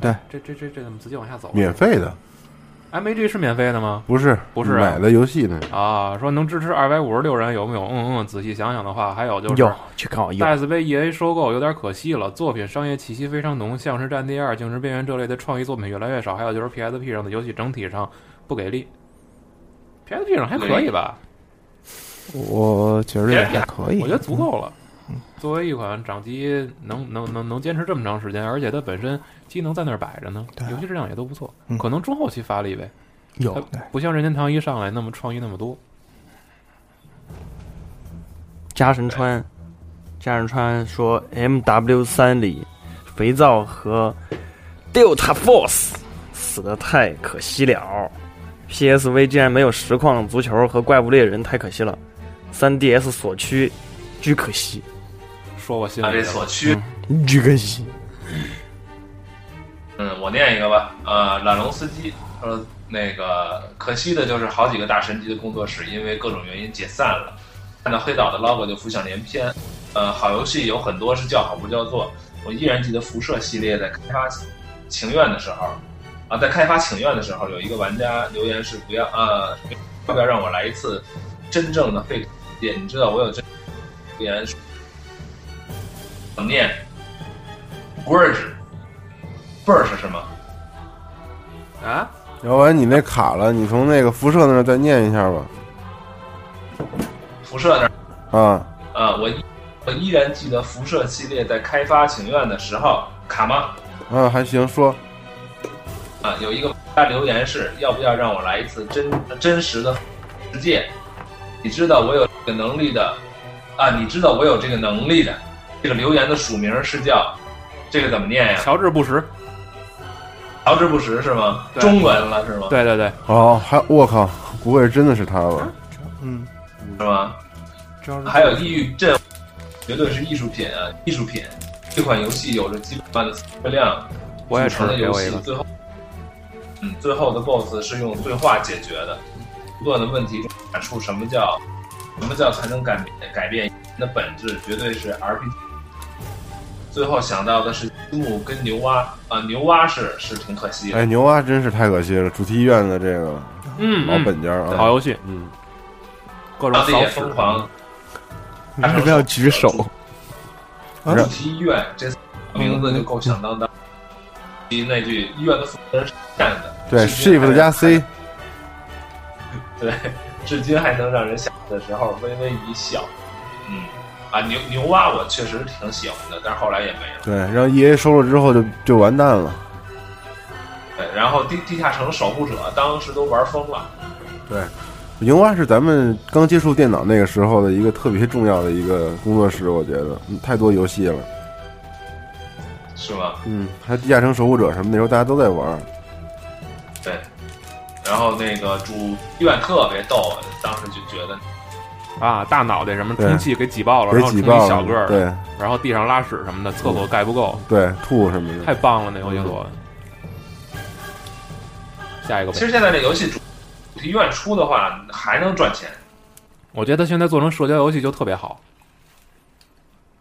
这这这这怎么直接往下走啊
免费的
？M A G 是免费的吗？
不是
不是啊
买的游戏呢，
啊，说能支持二百五十六人有没有？嗯嗯，仔细想想的话，还有就是
哟，去看我哟
大 S 被 EA 收购有点可惜了，作品商业气息非常浓，像是《战地二》《静止边缘》这类的创意作品越来越少，还有就是 PSP 上的游戏整体上不给力。PSP 上还可以吧，
我觉着也还可以哎嗯
我觉，得足够了。作为一款掌机能能能能坚持这么长时间，而且它本身机能在那儿摆着呢，
对
游戏质量也都不错
嗯，
可能中后期发力呗，
有
它不像任天堂一上来那么创意那么多。
加神川，加神川说 M W 三里肥皂和 Delta Force 死的太可惜了，P S V 竟然没有实况足球和怪物猎人，太可惜了。三 D S 所趋，巨可惜，
说我心
啊，
里
这
的，
所趋。
巨可惜。
嗯，我念一个吧。呃，懒龙司机说，那个可惜的就是好几个大神级的工作室因为各种原因解散了，看到黑岛的 logo 就浮想联翩。呃，好游戏有很多是叫好不叫座，我依然记得辐射系列在开发情愿的时候，啊，在开发情愿的时候，有一个玩家留言是不要呃，要不要让我来一次真正的废点？你知道我有真留言说怎么念 g o r g e b u r 是什么？
啊，
要不然你那卡了，你从那个辐射那儿再念一下吧。
辐射那儿
啊，
啊，我依我依然记得辐射系列在开发请愿的时候，卡吗？
嗯，还行，说
啊，有一个他留言是要不要让我来一次真真实的世界？你知道我有这个能力的啊，你知道我有这个能力的。这个留言的署名是叫这个怎么念呀？
乔治布什，
乔治布什是吗？
对
中文了是吗？
对对对，
哦，还我靠，不会真的是他吧？
是吗？还有《抑郁症》，绝对是艺术品啊！艺术品，这款游戏有着几百万的词汇量，
我也
成
吃
了
给
游
我一
戏
个。
最后，嗯，最后的 BOSS 是用对话解决的，不断的问题中阐述什么叫什么叫才能改变改变人的本质，绝对是 RPG。最后想到的是积木跟牛蛙啊、牛蛙是是挺可惜的。
哎，牛蛙真是太可惜了，主题医院的这个
嗯，
老
嗯
本家啊，
好游戏，
嗯，
各种
当地
扫
也
屎
疯狂，
为什么要举手？
啊
主题医院这名字就够响当当。及那句医院的负责人是站的，
对
至今还
，shift 加 C，
对，至今还能让人想的时候微微一笑。嗯，啊，牛牛蛙我确实挺喜欢的，但是后来也没了。
对，让 EA 收了之后就就完蛋了。
对，然后地地下城守护者当时都玩疯了，
牛蛙是咱们刚接触电脑那个时候的一个特别重要的一个工作室，我觉得嗯太多游戏了。
是吗？
嗯，还有《地下城守护者》什么，那时候大家都在玩。
对。然后那个主医院特别逗，当时就觉得
啊，大脑袋什么
对
充气给挤爆了，
给
然后
挤
冲
爆
一
了
小个儿，
对嗯
然后地上拉屎什么的，厕所盖不够，
对，吐什么的，
太棒了那游戏做的。下一个吧
其，实现在这游戏主主题医院出的话还能赚钱，
我觉得现在做成社交游戏就特别好。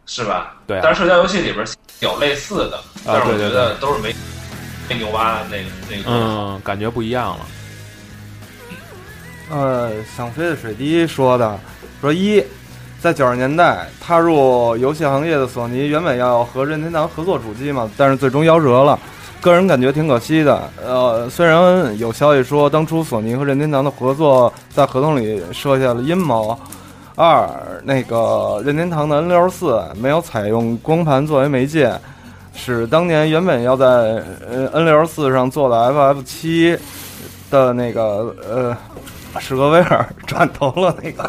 是吧？
对啊啊
但是社交游戏里边有类似的，但是我
对对
觉得都是没没牛蛙那个那个。
嗯，感觉不一样了。
呃，想飞的水滴说的，说一，在九十年代踏入游戏行业的索尼，原本要和任天堂合作主机嘛，但是最终夭折了，个人感觉挺可惜的。呃，虽然有消息说当初索尼和任天堂的合作在合同里设下了阴谋。二，那个任天堂的 N 六四没有采用光盘作为媒介，使当年原本要在呃 N 六四上做的 FF 七的那个呃史格威尔 转头了，那个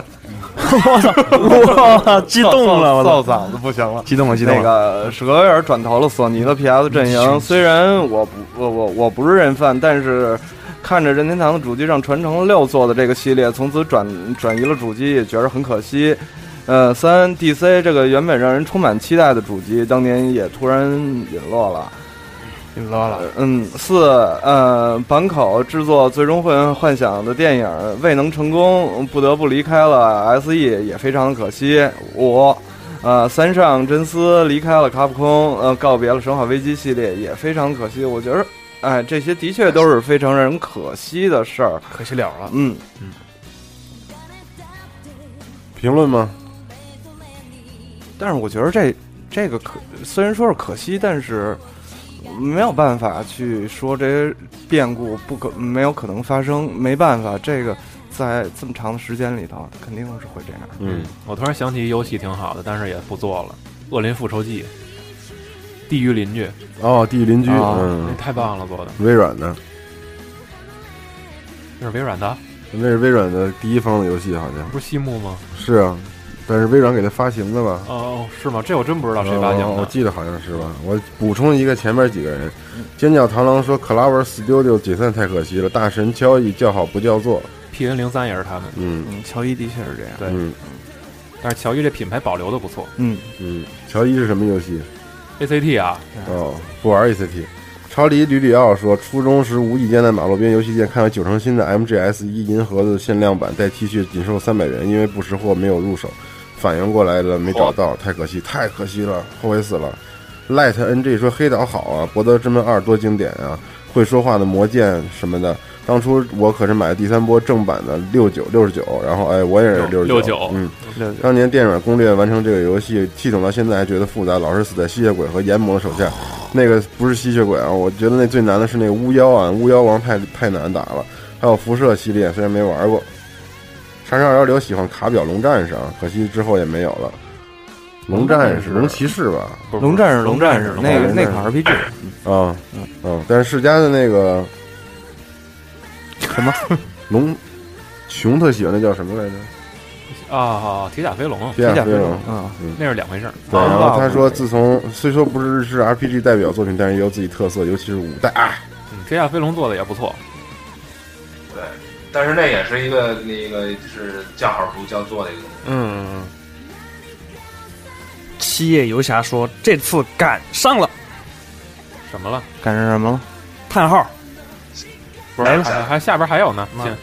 哇，激动了，我操！
臊嗓子不行了。
激动了，激动
那
了！嗯
个史格威尔转投了索尼的 PS 阵营，虽然我不我我我不是任范，但是看着任天堂的主机上传承了六座的这个系列，从此转转移了主机，也觉得很可惜。呃，三 DC 这个原本让人充满期待的主机，当年也突然陨落了。
你拉了，
嗯，四呃，坂口制作《最终幻幻想》的电影未能成功，不得不离开了 SE，也非常的可惜。五，呃，三上真司离开了卡普空，呃，告别了《生化危机》系列，也非常可惜。我觉得，哎，这些的确都是非常让人可惜的事儿。
可惜了了。
嗯，
评论吗？
但是我觉得这这个可虽然说是可惜，但是没有办法去说这些变故不可没有可能发生，没办法，这个在这么长的时间里头，肯定是会这样。
嗯，
我突然想起一游戏挺好的，但是也不做了，《恶灵复仇记》。地狱邻居，
哦，地狱邻居，
啊那
嗯，
太棒了，做的，
微软的，
那是微软的，
那是微软的第一方的游戏，好像
不是西木吗？
是啊，但是微软给它发行的吧？
哦，是吗？这我真不知道谁发行
哦我
的。
记得好像是吧。我补充一个前面几个人，尖叫螳螂说 Clover Studio 解散太可惜了，大神敲一叫好不叫座。
P N 零三也是他们，
嗯
嗯，乔伊的确是这样。
对。
嗯
但是乔伊这品牌保留的不错
嗯，
嗯，乔伊是什么游戏？
，A C T 啊，
哦，不玩 ACT。超离吕里奥说，初中时无意间在马路边游戏店看到九成新的 MGS 一银盒子限量版，带 T 恤仅售三百元，因为不识货没有入手，反应过来了没找到，太可惜，太可惜了，后悔死了。Light NG 说黑岛好啊，博德之门二多经典啊，会说话的魔剑什么的，当初我可是买的第三波正版的六九六十九，然后哎我也是六
六
十
九
嗯，当年电软攻略完成这个游戏系统到现在还觉得复杂，老是死在吸血鬼和炎魔的手下。那个不是吸血鬼啊，我觉得那最难的是那个巫妖啊，巫妖王太太难打了。还有辐射系列，虽然没玩过。叉叉幺六喜欢卡表龙战士啊，可惜之后也没有了。龙战士、龙骑士吧，
不是
龙战士，
龙
战
战士，龙
那
战
个
士
那款 RPG
啊，嗯，但是世嘉的那个
什么？
龙，熊特喜欢那叫什么来着？
啊，啊铁甲飞龙
铁
甲
飞
飞
龙。
龙啊，
那是两回事儿。
对，然后他说，
啊
自从虽说不是日式 RPG 代表作品，但是也有自己特色，尤其是五代啊。
嗯，铁甲飞龙做的也不错，
对，但是那也是一个那个就是叫好不叫座的一个东西。
嗯，
七夜游侠说这次赶上了，
什么了？
赶上什么了？
叹号。
不是，还还下边还有呢，
妈
先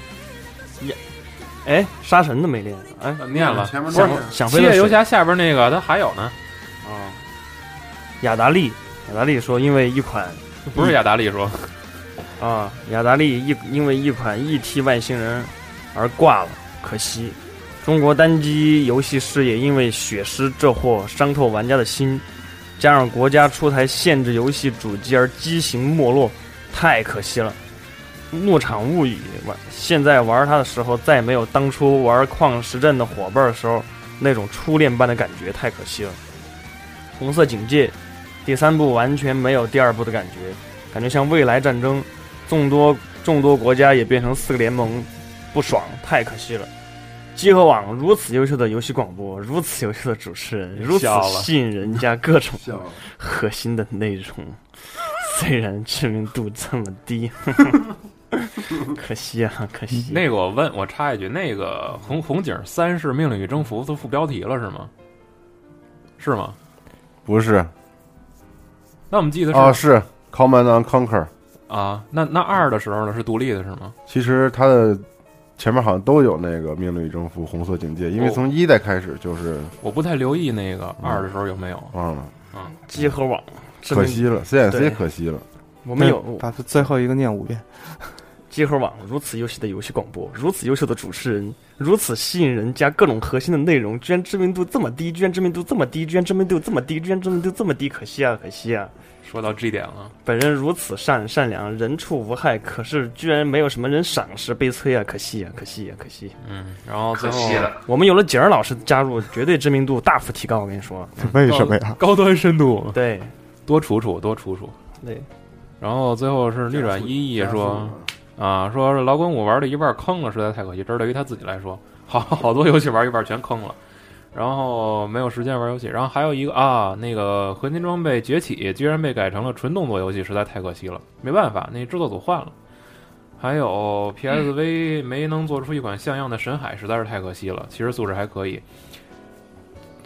哎，杀神都没练，哎，
呃念了。
面
不是
想
七
飞了
夜游
水嗯
侠下边那个，它还有呢，
雅达利，雅达利说因为一款
不是雅达利说，
啊，雅达利一因为一款 ET 外星人而挂了，可惜。中国单机游戏事业因为血尸这货伤透玩家的心，加上国家出台限制游戏主机而机型没落，太可惜了。《牧场物语》玩，现在玩它的时候，再没有当初玩《矿石镇》的伙伴的时候那种初恋般的感觉，太可惜了。红色警戒，第三部完全没有第二部的感觉，感觉像未来战争，众多众多国家也变成四个联盟，不爽，太可惜了。集合网如此优秀的游戏广播，如此优秀的主持人，如此
笑了
吸引人家各种核心的内容， 虽然知名度这么低， 可惜啊，可惜。
那个我问我插一句，那个红红警三是命令与征服都副标题了是吗？是吗？
不是
那我们记得
啊，
是
是 Command on Conquer。
啊，那那二的时候呢是独立的是吗？
其实它的前面好像都有那个《命令与征服》《红色警戒》，因为
哦
从一代开始就是
我不太留意那个二的时候有没有。
忘了，
集合网，知
可
名
惜了
对
，CNC 可惜了。
我们有
把它最后一个念五遍。
集合网如此优秀的游戏广播，如此优秀的主持人，如此吸引人加各种核心的内容，居然知名度这么低，居然知名度这么低，居然知名度这么低，居然知名度这么低，可惜啊，可惜啊！
说到 G 点了，
本人如此善善良，人畜无害，可是居然没有什么人赏识，悲催啊，可惜啊，可惜啊，可惜、
嗯，然后最
可
后
惜了，
我们有了景儿老师的加入，绝对知名度大幅提高，我跟你说。
为什么呀？
高端深度，
对
多处处多处处。
对，
然后最后是逆转一也说啊，说是老滚五玩了一半坑了，实在太可惜。这是对于他自己来说，好 好多游戏玩一半全坑了，然后没有时间玩游戏。然后还有一个啊，那个合金装备崛起居然被改成了纯动作游戏，实在太可惜了。没办法，那制作组换了。还有 PSV 没能做出一款像样的《神海》，实在是太可惜了。其实素质还可以。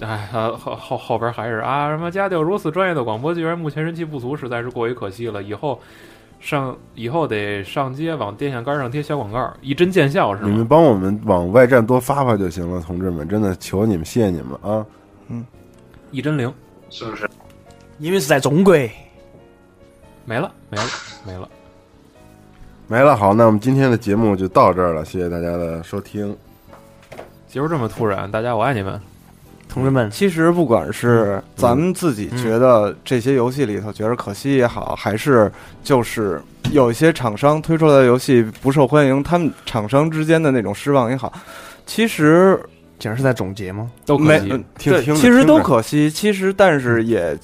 哎，后后后边还是啊什么家教如此专业的广播，居然目前人气不俗，实在是过于可惜了。以后上以后得上街往电线杆上贴小广告，一针见效是
你们
吗？
帮我们往外站多发发就行了，同志们，真的求你们，谢谢你们了啊！
一针灵
是不是？
因为是在中国。
没了，没了，没了。
没了，好，那我们今天的节目就到这儿了，谢谢大家的收听。
结束这么突然，大家我爱你们。
同志们，
其实不管是咱们自己觉得这些游戏里头觉得可惜也好，还是就是有一些厂商推出来的游戏不受欢迎，他们厂商之间的那种失望也好，其实
简直是在总结吗？
都可
没
惜，
听
对
听着
其实
听
都
着
可惜，其实但是也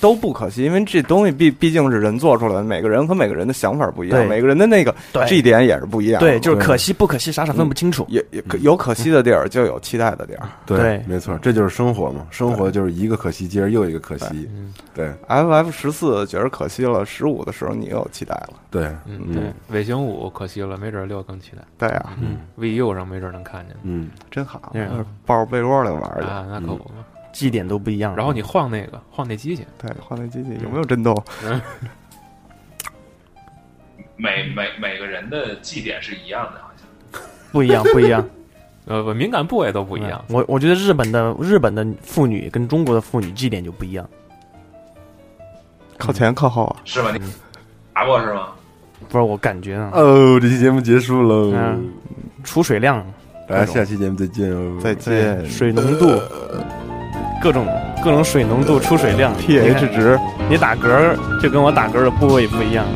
都不可惜，因为这东西毕毕竟是人做出来的，每个人和每个人的想法不一样，
对
每个人的那个
对
G 点也是不一样的。
对，就是可惜不可惜，傻傻分不清楚。
也也可有可惜的地儿，就有期待的地儿。
对
没错，这就是生活嘛，生活就是一个可惜接着又一个可惜，
哎嗯
对
F F 十四觉得可惜了，十五的时候你又有期待了。
对，
嗯，对，尾行五可惜了，没准六更期待
对啊，
，VU 上没准能看见
嗯，
真好，
嗯
抱着被窝里玩去。嗯
啊，那可不嘛。
绩点都不一样。
然后你晃那个晃那机器，
对，换台机器有没有震动？
每每每个人的绩点是一样的，好像
不一 样，不一样，
呃，不敏感部位都
不
不一样。
我我觉得日本的日本的妇女跟中国的妇女绩点就不一样。
靠前靠后啊？
嗯
是吧？你查过是吗？
不是我感觉啊，
哦，这期节目结束喽，
嗯储水量、
大家下期节目再见哦，
再见
水浓度，各种各种水浓度、出水量、
，pH 值
你打嗝儿就跟我打嗝儿的部位不一样。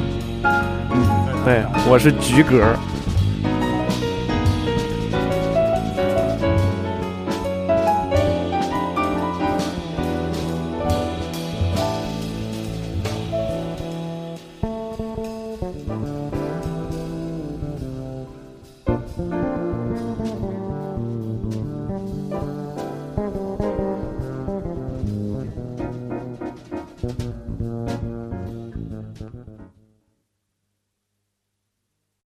嗯，对，我是橘嗝儿。